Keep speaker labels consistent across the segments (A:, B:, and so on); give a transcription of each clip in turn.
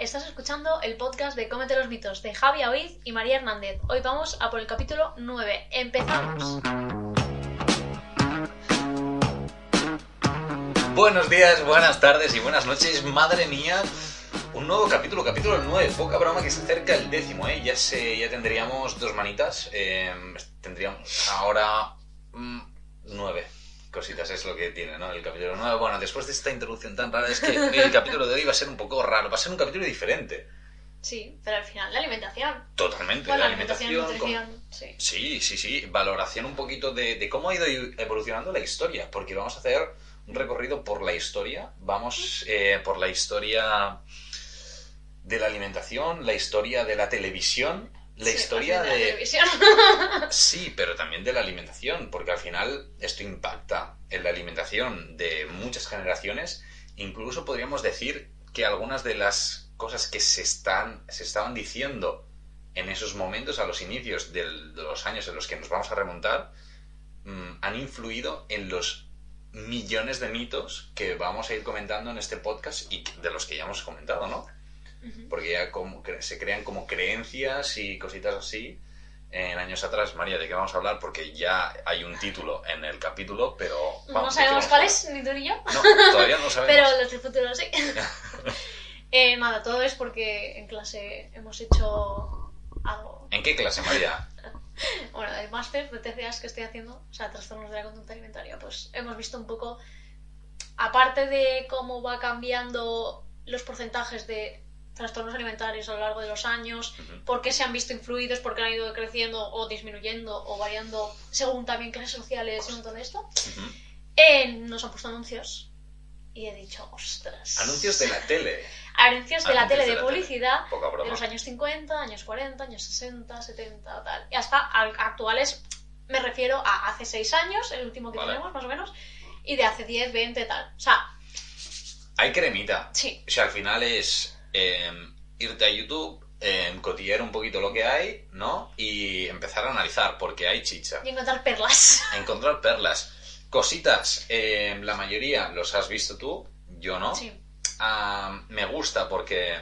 A: estás escuchando el podcast de Cómete los mitos de Javi Oiz y María Hernández. Hoy vamos a por el capítulo 9. Empezamos.
B: Buenos días, buenas tardes y buenas noches, madre mía. Un nuevo capítulo, capítulo 9, poca broma que se acerca el décimo, ¿eh? Ya, se, ya tendríamos dos manitas, eh, tendríamos ahora mm, nueve cositas, es lo que tiene, ¿no? El capítulo 9. Bueno, después de esta introducción tan rara, es que el capítulo de hoy va a ser un poco raro, va a ser un capítulo diferente.
A: Sí, pero al final, la alimentación.
B: Totalmente,
A: Bueno,
B: la
A: la alimentación,
B: alimentación, con-
A: nutrición, sí.
B: Sí, sí, sí. Valoración un poquito de, de cómo ha ido evolucionando la historia, porque vamos a hacer un recorrido por la historia. Vamos eh, por la historia de la alimentación, la historia de la televisión, la
A: Sí,
B: historia
A: al final, la
B: de...
A: televisión.
B: Sí, pero también de la alimentación, porque al final esto impacta en la alimentación de muchas generaciones. Incluso podríamos decir que algunas de las cosas que se, están, se estaban diciendo en esos momentos, a los inicios del- de los años en los que nos vamos a remontar, mm, han influido en los millones de mitos que vamos a ir comentando en este podcast y de los que ya hemos comentado, ¿no?
A: Ujú.
B: porque ya como cre- se crean como creencias y cositas así. En años atrás, María, ¿de qué vamos a hablar? Porque ya hay un título en el capítulo, pero...
A: No
B: vamos,
A: sabemos
B: ¿de qué
A: cuál
B: vamos
A: es, ni tú ni yo.
B: a hablar? No, todavía no lo sabemos.
A: Pero los del futuro sí. Eh, nada, todo es porque en clase hemos hecho algo.
B: ¿En qué clase, María?
A: Bueno, el máster de TCAs que estoy haciendo, o sea, trastornos de la conducta alimentaria, pues hemos visto un poco, aparte de cómo va cambiando los porcentajes de trastornos alimentarios a lo largo de los años,
B: Ujú.
A: por qué se han visto influidos, por qué han ido creciendo o disminuyendo o variando según también clases sociales y un montón de esto,
B: Ujú.
A: eh, nos han puesto anuncios y he dicho, ostras.
B: Anuncios de la tele.
A: Anuncios de la
B: Anuncios
A: tele
B: de
A: de,
B: la tele.
A: publicidad
B: Poca
A: de
B: broma.
A: los años 50, años 40, años 60, 70, tal. Y hasta al- actuales, me refiero a hace 6 años, el último que
B: Vale.
A: tenemos, más o menos, y de hace 10, 20, tal. O sea,
B: Hay cremita.
A: sí,
B: O sea, al final es eh, irte a YouTube, eh, cotillar un poquito lo que hay, ¿no? Y empezar a analizar, porque hay chicha.
A: y encontrar perlas.
B: Encontrar perlas. Cositas, eh, la mayoría los has visto tú, yo no.
A: Sí.
B: Ah, me gusta porque,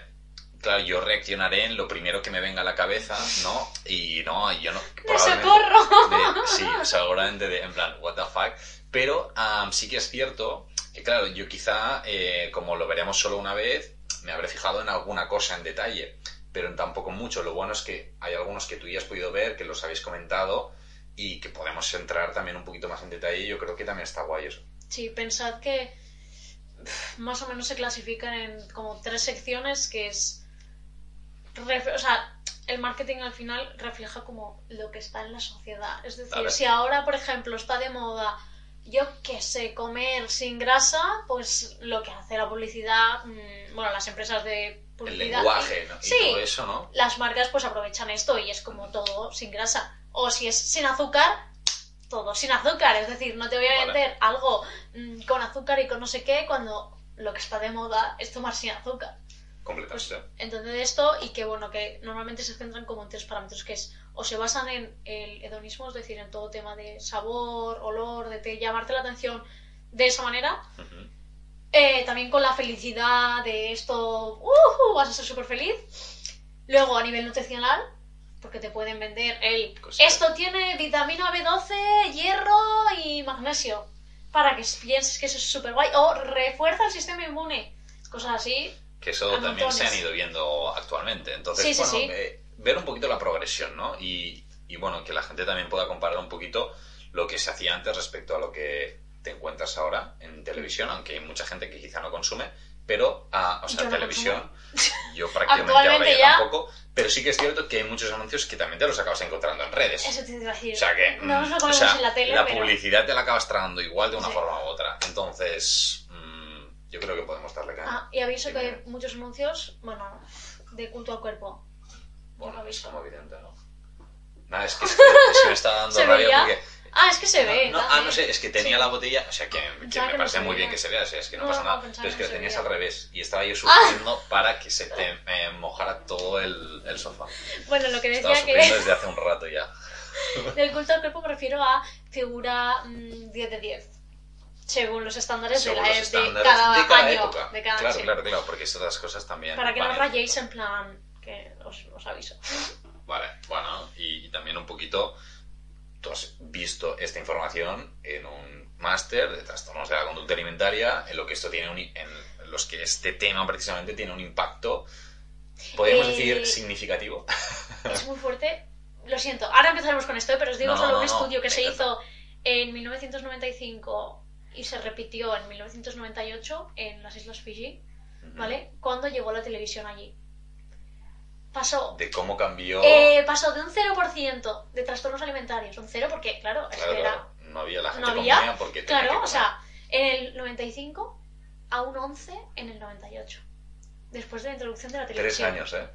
B: claro, yo reaccionaré en lo primero que me venga a la cabeza, ¿no? Y no, yo no.
A: ¡Me
B: probablemente-
A: socorro!
B: de- sí, seguramente de, en plan, what the fuck. Pero am, sí que es cierto que, claro, yo quizá, eh, como lo veremos solo una vez, me habré fijado en alguna cosa en detalle, pero en tampoco mucho. Lo bueno es que hay algunos que tú ya has podido ver, que los habéis comentado y que podemos entrar también un poquito más en detalle. Yo creo que también está guay eso.
A: Sí, pensad que pf, más o menos se clasifican en como tres secciones que es... ref- O sea, el marketing al final refleja como lo que está en la sociedad. Es decir,
B: Vale.
A: si ahora, por ejemplo, está de moda, yo qué sé, comer sin grasa, pues lo que hace la publicidad, mm, bueno, las empresas de
B: El
A: publicidad...
B: lenguaje ¿no? y
A: Sí.
B: todo eso, ¿no?
A: Las marcas pues aprovechan esto y es como todo sin grasa. O si es sin azúcar, todo sin azúcar. Es decir, no te voy a
B: Vale.
A: vender algo mm, con azúcar y con no sé qué cuando lo que está de moda es tomar sin azúcar.
B: Completamente.
A: Entonces esto y que bueno, que normalmente se centran como en tres parámetros, que es o se basan en el hedonismo, es decir, en todo tema de sabor, olor, de te- llamarte la atención de esa manera,
B: Ujú.
A: eh, también con la felicidad de esto, ¡ujú! vas a ser súper feliz. Luego a nivel nutricional, porque te pueden vender el...
B: Cositas.
A: Esto tiene vitamina B12, hierro y magnesio, para que pienses que eso es súper guay. O refuerza el sistema inmune, cosas así.
B: Que eso
A: A
B: también se han
A: montones.
B: ido viendo actualmente. Entonces,
A: Sí, sí,
B: bueno,
A: sí.
B: eh, ver un poquito la progresión, ¿no? Y, y, bueno, que la gente también pueda comparar un poquito lo que se hacía antes respecto a lo que te encuentras ahora en televisión, aunque hay mucha gente que quizá no consume, pero, ah, o
A: Yo
B: sea,
A: no
B: televisión, yo prácticamente ahora
A: Actualmente
B: ya
A: ya.
B: tampoco, pero sí que es cierto que hay muchos anuncios que también te los acabas encontrando en redes.
A: Eso te iba a decir.
B: O sea que.
A: No nos
B: mm,
A: lo
B: o
A: comemos
B: sea,
A: en la tele, pero-
B: publicidad te la acabas tragando igual de una
A: Sí.
B: forma u otra. Entonces, mm, yo creo que podemos darle caña.
A: Ah, y aviso
B: Sí,
A: que hay
B: mira.
A: muchos anuncios, bueno, de culto al cuerpo.
B: bueno,
A: lo
B: es
A: aviso.
B: como evidente, ¿no? Nada, es que es que se me está dando
A: ¿Se
B: rabia
A: veía?
B: porque.
A: Ah, es que se ve.
B: No, no, ah,
A: también.
B: no sé, es que tenía
A: Sí.
B: la botella, o sea, que, que
A: Ya
B: me
A: que no
B: parece
A: se
B: muy
A: veía.
B: bien que se vea, o sea, es que no,
A: No,
B: pasa
A: no,
B: nada,
A: pensaba
B: pero es
A: que
B: que
A: no
B: la
A: se
B: tenías
A: veía. Ah.
B: al revés y estaba yo sufriendo para que se te eh, mojara todo el, el sofá.
A: Bueno, lo que
B: Estaba
A: decía
B: sufriendo
A: que
B: desde hace un rato ya.
A: del culto al cuerpo me refiero a figura mm, 10 de 10. según los estándares,
B: según
A: de,
B: los
A: la,
B: estándares
A: de cada, año,
B: época.
A: de cada
B: claro,
A: sí.
B: claro, claro, porque esas cosas también.
A: Para que no
B: van
A: os
B: en-
A: rayéis en plan que os, os aviso.
B: Vale, bueno, y, y también un poquito, tú has visto esta información en un máster de trastornos de la conducta alimentaria, en lo que esto tiene un, i- en los que este tema precisamente tiene un impacto, podríamos
A: Eh,
B: decir, significativo.
A: Es muy fuerte. Lo siento, ahora empezaremos con esto, ¿eh? pero os digo
B: No,
A: solo
B: no,
A: un
B: no,
A: estudio que
B: me
A: se hizo
B: encanta.
A: en 1995 y se repitió en 1998 en las Islas Fiji,
B: Mm.
A: ¿vale? Cuando llegó la televisión allí. Pasó
B: De cómo cambió.
A: Eh, pasó de un 0% de trastornos alimentarios, un 0 porque, claro, es
B: claro,
A: que era,
B: claro, no había la
A: no
B: gente
A: había,
B: comía porque tenía que
A: claro, o
B: comer.
A: sea, en el 95 a un 11 en el 98, después de la introducción de la
B: Tres
A: televisión.
B: años, ¿eh?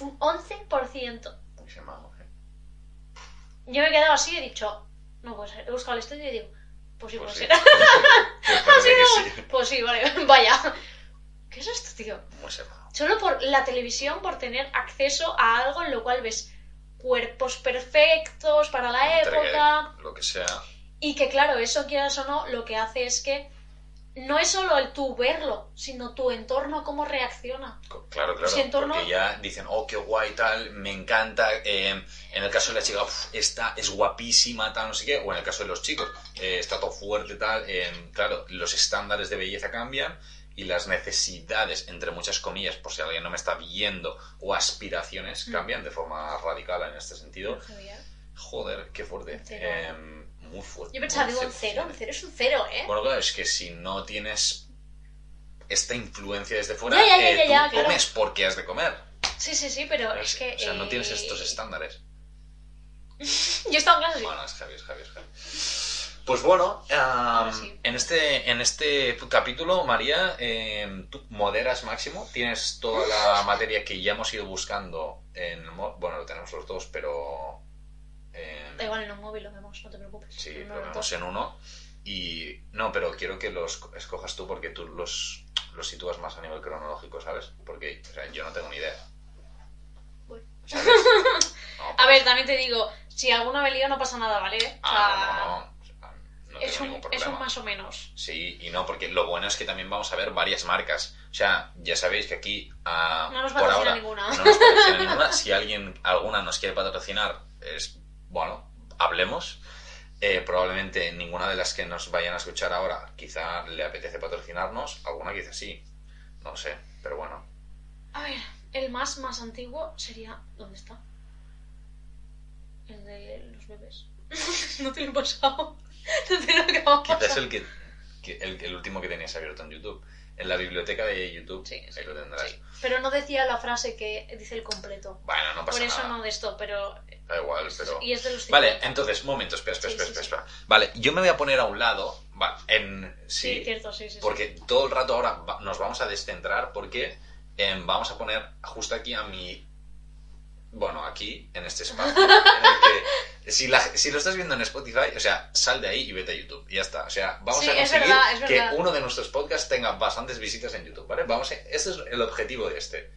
A: Un 11%.
B: Muy semado, ¿eh?
A: Yo me he quedado así y he dicho, no puede ser, he buscado el estudio y digo, pues sí,
B: Pues
A: puede
B: sí.
A: ser.
B: Me parece que sí.
A: Pues sí, vale, vaya. ¿Qué es esto, tío?
B: Muy semado.
A: Solo por la televisión, por tener acceso a algo en lo cual ves cuerpos perfectos para la
B: Entre que-
A: época.
B: Lo que sea.
A: Y que claro, eso quieras o no, lo que hace es que no es solo el tú verlo, sino tu entorno cómo reacciona.
B: Co- Claro, claro.
A: Pues, ¿y en torno?
B: Porque ya dicen, oh, qué guay, tal, me encanta. eh, en el caso de la chica, "Uf, esta es guapísima, tal, no sé qué. O en el caso de los chicos, eh, está todo fuerte, tal. eh, claro, los estándares de belleza cambian y las necesidades, entre muchas comillas, por si alguien no me está viendo, o aspiraciones,
A: Mm.
B: cambian de forma radical en este sentido. Joder, qué fuerte.
A: Cero.
B: Eh, muy fuerte.
A: Yo pensaba,
B: muy
A: digo un
B: excepcional.
A: cero, un cero es un cero, ¿eh?
B: Bueno, claro, es que si no tienes esta influencia desde fuera,
A: Ya, ya, ya,
B: eh,
A: ya,
B: tú
A: ya, claro.
B: comes porque has de comer.
A: Sí, sí, sí, pero es que...
B: o sea, no tienes
A: eh,
B: estos estándares.
A: Yo he estado en clase, sí.
B: Bueno, es Javier, es Javier, es Javier. Pues bueno, um,
A: sí.
B: en, este, en este capítulo, María, eh, tú moderas máximo, tienes toda la materia que ya hemos ido buscando en el mo- Bueno, lo tenemos los dos, pero... eh,
A: Da igual, en un móvil lo vemos, no te preocupes.
B: Sí,
A: En un
B: lo
A: ordenador.
B: vemos en uno. Y no, pero quiero que los co- escojas tú porque tú los, los sitúas más a nivel cronológico, ¿sabes? Porque o sea, yo no tengo ni idea.
A: Voy.
B: ¿Sabes? No,
A: A ver, también te digo, si alguna me lío no pasa nada, ¿vale? O sea,
B: ah, no, no, no. No
A: es,
B: tengo
A: un,
B: ningún problema.
A: es un más o menos.
B: Sí, y no, porque lo bueno es que también vamos a ver varias marcas. O sea, ya sabéis que aquí, ah,
A: No nos
B: por
A: patrocina
B: ahora,
A: ninguna.
B: no nos patrocina ninguna. Si alguien, alguna nos quiere patrocinar, es bueno, hablemos. Eh, probablemente ninguna de las que nos vayan a escuchar ahora quizá le apetece patrocinarnos, alguna quizá sí, no lo sé, pero bueno.
A: A ver, el más más antiguo sería... ¿Dónde está? El de los bebés. no te lo he pasado. No te lo acabo de
B: Quizás
A: pasar.
B: el que, que- el, el último que tenías abierto en YouTube, en la biblioteca de YouTube,
A: Sí, sí,
B: ahí lo tendrás.
A: sí. Pero no decía la frase que dice el completo.
B: Bueno, no pasa
A: Por eso
B: nada,
A: no de esto, pero...
B: da igual, pero...
A: Y es de los
B: Vale, eh,
A: 50.
B: entonces, momento, espera, espera,
A: Sí,
B: espera,
A: sí,
B: espera, espera. Vale, yo me voy a poner a un lado, va, en...
A: Sí,
B: Sí,
A: cierto, sí, sí. sí.
B: porque todo el rato ahora va- nos vamos a descentrar porque em, vamos a poner justo aquí a mi... Bueno, aquí, en este espacio, en el que... Si, la- si lo estás viendo en Spotify, o sea, sal de ahí y vete a YouTube. Y ya está. O sea, vamos
A: Sí,
B: a
A: es
B: conseguir
A: verdad, es
B: que
A: verdad.
B: uno de nuestros podcasts tenga bastantes visitas en YouTube, ¿vale? Vamos a... Ese es el objetivo de este.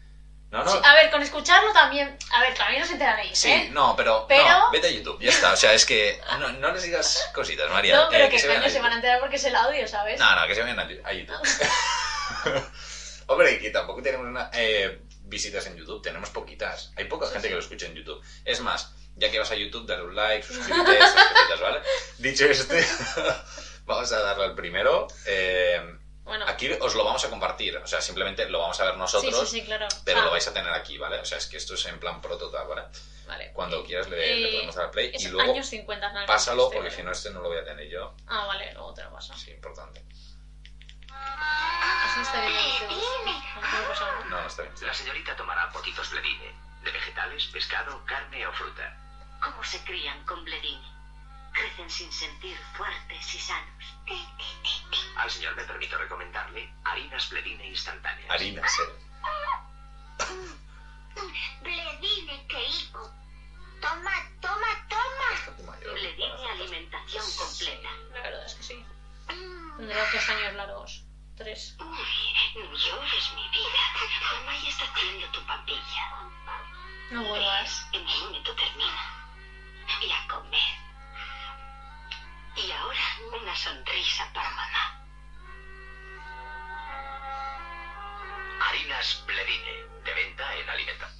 B: No, no,
A: Sí, a ver, con escucharlo también... A ver, también os enteraréis,
B: Sí,
A: ¿eh?
B: no, pero,
A: Pero-
B: no, vete a YouTube, ya está. O sea, es que no, no les digas cositas, María.
A: No, pero
B: eh,
A: que
B: vayan
A: coño se van a
B: YouTube.
A: enterar porque es el audio, ¿sabes?
B: No, no, que se vayan a, a
A: Ah,
B: YouTube. Hombre, que tampoco tenemos una, eh, visitas en YouTube, tenemos poquitas. Hay poca
A: Sí,
B: gente
A: sí.
B: que lo escucha en YouTube. Es más, ya que vas a YouTube, dale un like, suscríbete, esas cositas, ¿vale? Dicho esto, vamos a darle al primero. Eh,
A: Bueno,
B: aquí os lo vamos a compartir, o sea, simplemente lo vamos a ver
A: sí,
B: nosotros,
A: sí, sí, claro.
B: pero
A: Ah,
B: lo vais a tener aquí, ¿vale? O sea, es que esto es en plan pro total, ¿vale?
A: Vale.
B: Cuando quieras le, le
A: Eh,
B: podemos dar a play
A: Es
B: y luego
A: años 50. no, no,
B: pásalo
A: este,
B: porque
A: vale.
B: si no este no lo voy a tener yo.
A: Ah, vale, luego te lo paso.
B: Sí, importante.
A: Así está bien. te lo- no te lo he pasado, ¿no?
B: No, no está bien.
C: La señorita tomará poquitos bledine, de vegetales, pescado, carne o fruta.
D: ¿Cómo se crían con bledine? Crecen sin sentir fuertes y sanos.
C: Al señor me permito recomendarle harinas bledine instantáneas.
B: Harina, sí.
D: Bledine, que hijo. Toma, toma, toma.
B: Bastante mayor.
D: Bledine, alimentación completa.
A: La verdad es que sí.
D: Mm.
A: Tendrá tres años largos. Tres.
D: No llores, mi vida. Mamá ya está haciendo tu papilla.
A: No vuelvas.
D: Ves, en un minuto termina. Y a comer. Y ahora una sonrisa.
C: Harinas Bledine, de venta en alimenta.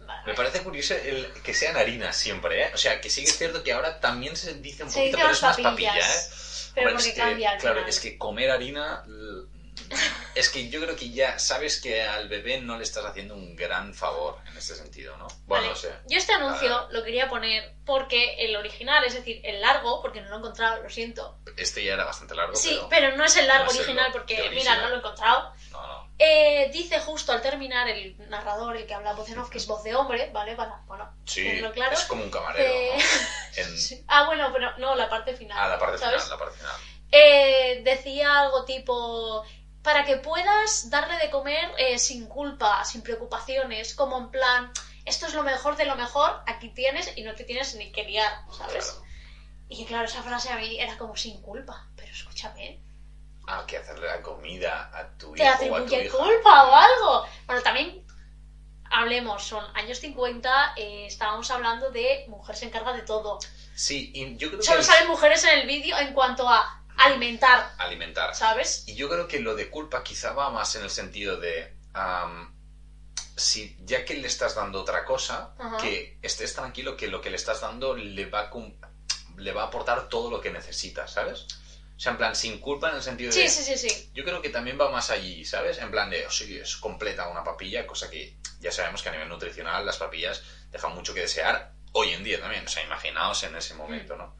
A: Vale.
B: Me parece curioso el que sean harinas siempre, ¿eh? O sea, que sí que es cierto que ahora también se dice un
A: Se
B: poquito,
A: dice
B: pero
A: más
B: es más
A: papillas,
B: papilla, ¿eh?
A: pero
B: Hombre,
A: porque
B: es que,
A: cambia al
B: Claro,
A: final.
B: es que comer harina... l- Es que yo creo que ya sabes que al bebé no le estás haciendo un gran favor en este sentido, ¿no?
A: Vale.
B: Bueno, no sé.
A: Yo este anuncio lo quería poner porque el original, es decir, el largo, porque no lo he encontrado, lo siento.
B: Este ya era bastante largo,
A: Sí,
B: pero...
A: pero no es el largo
B: no es el
A: original
B: lo-
A: porque,
B: el
A: mira,
B: original.
A: no lo he encontrado.
B: No, no.
A: Eh, dice justo al terminar el narrador, el que habla voz en off, que es voz de hombre, ¿vale? Para, bueno,
B: Sí,
A: tenerlo claro.
B: es como un camarero,
A: Eh,
B: ¿no? En-
A: sí. Ah, bueno, pero no, la parte final.
B: Ah, la parte
A: ¿sabes?
B: final, la parte final.
A: Eh, decía algo tipo, para que puedas darle de comer eh, sin culpa, sin preocupaciones, como en plan, esto es lo mejor de lo mejor, aquí tienes y no te tienes ni que liar, ¿sabes?
B: Claro.
A: Y claro, esa frase a mí era como sin culpa, pero escúchame,
B: Ah, que hacerle la comida a tu
A: te
B: hijo o a tu
A: atribuye
B: hija.
A: culpa o algo. Bueno, también hablemos, son años 50, eh, estábamos hablando de mujer se encarga de todo.
B: Sí, y yo creo que...
A: Solo
B: es
A: salen mujeres en el vídeo en cuanto a alimentar,
B: Alimentar.
A: ¿sabes?
B: Y yo creo que lo de culpa quizá va más en el sentido de. am, si ya que le estás dando otra cosa,
A: Ajá.
B: que estés tranquilo que lo que le estás dando le va, a cum- le va a aportar todo lo que necesita, ¿sabes? O sea, en plan, sin culpa en el sentido
A: Sí,
B: de.
A: sí, sí, sí.
B: Yo creo que también va más allí, ¿sabes? En plan de, oh, sí, es completa una papilla, cosa que ya sabemos que a nivel nutricional las papillas dejan mucho que desear hoy en día también. O sea, imaginaos en ese momento, ¿no?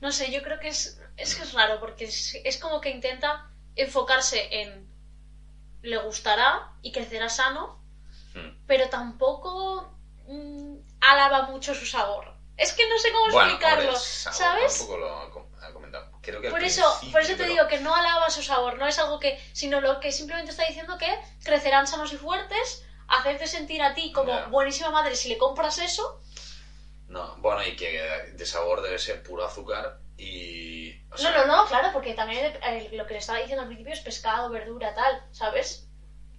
A: No sé, yo creo que es, es que es raro porque es, es como que intenta enfocarse en le gustará y crecerá sano,
B: Mm.
A: pero tampoco mm, alaba mucho su sabor. Es que no sé cómo explicarlo,
B: hombre, sabor,
A: ¿sabes?
B: Tampoco lo ha com- ha comentado. Creo que al
A: Por eso,
B: principio,
A: por eso te
B: pero-
A: digo que no alaba su sabor, no es algo que, sino lo que simplemente está diciendo que crecerán sanos y fuertes, hacerte sentir a ti como
B: Ya.
A: buenísima madre si le compras eso,
B: No, bueno, y que de sabor debe ser puro azúcar y... o sea,
A: no, no, no, claro, porque también eh, lo que le estaba diciendo al principio es pescado, verdura, tal, ¿sabes?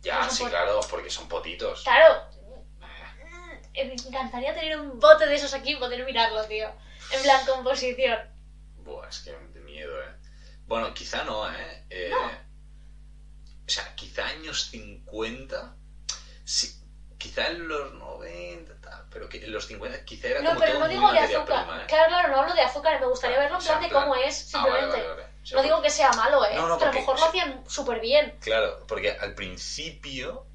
B: Ya,
A: no
B: sí,
A: son pot-
B: claro, porque son potitos.
A: Claro. Eh, Me encantaría tener un bote de esos aquí y poder mirarlo, tío. En plan, composición.
B: Buah, es que de miedo, ¿eh? Bueno, quizá no, ¿eh? Eh,
A: No.
B: O sea, quizá años 50... Sí, quizá en los 90, tal, pero que en los 50 quizá era
A: No,
B: como
A: pero
B: todo
A: no
B: muy
A: digo de
B: materia
A: azúcar.
B: prima, ¿eh?
A: Claro, claro, no hablo de azúcar. Me gustaría
B: Claro,
A: verlo en
B: o sea,
A: plan de
B: en plan-
A: cómo es,
B: Ah, vale,
A: simplemente.
B: vale, vale. O sea,
A: No digo que sea malo, ¿eh?
B: No, no,
A: que a lo
B: porque-
A: mejor lo hacían súper bien.
B: Claro, porque al principio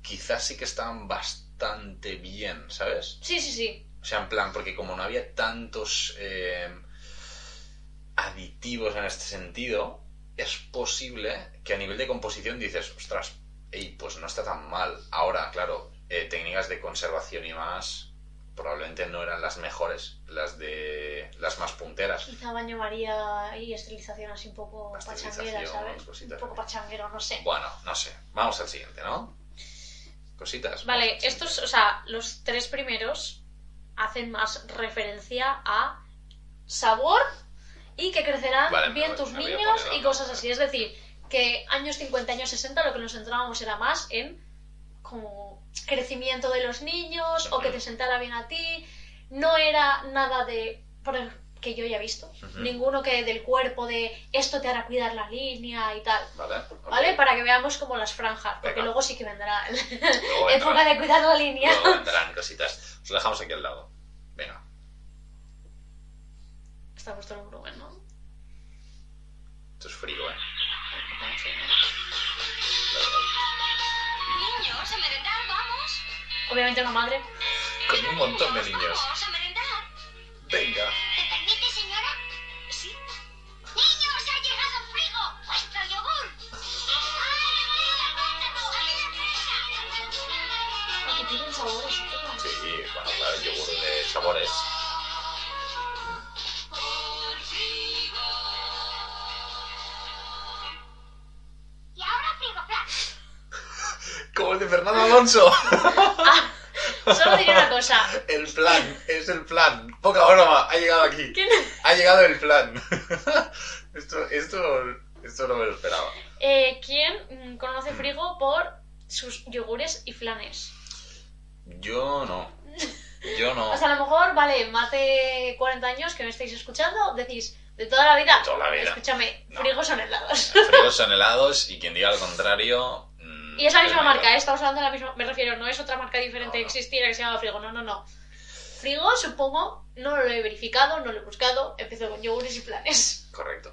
B: quizás sí que estaban bastante bien, ¿sabes?
A: Sí, sí, sí.
B: O sea, en plan, porque como no había tantos eh, aditivos en este sentido, es posible que a nivel de composición dices, ostras, ey, pues no está tan mal. Ahora, claro, eh, técnicas de conservación y más probablemente no eran las mejores, las de las más punteras.
A: Quizá baño María y esterilización así un poco
B: Esterilización,
A: pachanguera, ¿sabes? Un
B: cositas.
A: poco pachanguero, no sé.
B: Bueno, no sé. Vamos al siguiente, ¿no? Cositas.
A: Vale,
B: Vamos al
A: estos, o
B: siguiente.
A: sea, los tres primeros hacen más referencia a sabor y que crecerán
B: Vale, me
A: bien
B: voy-
A: tus
B: me voy a
A: niños
B: poner
A: y
B: a-
A: cosas así. Es decir, que años 50, años 60 lo que nos centrábamos era más en como crecimiento de los niños o que te sentara bien a ti. No era nada de... por ej- que yo ya he visto.
B: Ujú.
A: Ninguno que del cuerpo de esto te hará cuidar la línea y tal.
B: Vale, ok.
A: ¿Vale? Para que veamos como las franjas, porque
B: Venga.
A: luego sí que vendrá el-
B: Luego
A: época
B: entrarán-
A: de cuidar la línea.
B: luego entrarán cositas. Os lo dejamos aquí al lado. Venga.
A: Está puesto el volumen, ¿no?
B: Esto es frío, ¿eh?
D: Niños, a merendar, vamos.
A: Obviamente una madre.
B: Con un montón de niños.
D: Vamos a merendar.
B: Venga.
D: ¿Me permite, señora? Sí. ¡Niños, ha llegado Frigo! ¡Vuestro yogur!
A: Ah, que tienen sabores.
B: Sí, bueno, claro, yogur de sabores.
D: Y ahora Frigo Flash.
B: Como el de Fernando Alonso.
A: Solo diré una cosa.
B: El plan, es el plan. Poca broma, ha llegado aquí.
A: ¿Quién?
B: Ha llegado el plan. Esto, esto, esto no me lo esperaba.
A: Eh, ¿Quién mm, conoce Frigo por sus yogures y flanes?
B: Yo no. Yo no.
A: O sea, a lo mejor, vale, más de 40 años que me estáis escuchando, decís, de toda la vida.
B: De toda la vida.
A: Escúchame,
B: No.
A: Frigo son helados.
B: Fríos son helados y quien diga lo contrario. mm,
A: Y es la misma
B: Pero
A: marca, ¿eh? estamos hablando de la misma. Me refiero, no es otra marca diferente
B: No,
A: que
B: no.
A: existiera que se llama Frigo, no, no, no. Frigo, supongo, no lo he verificado, no lo he buscado. Empezó con yogures y planes.
B: Correcto.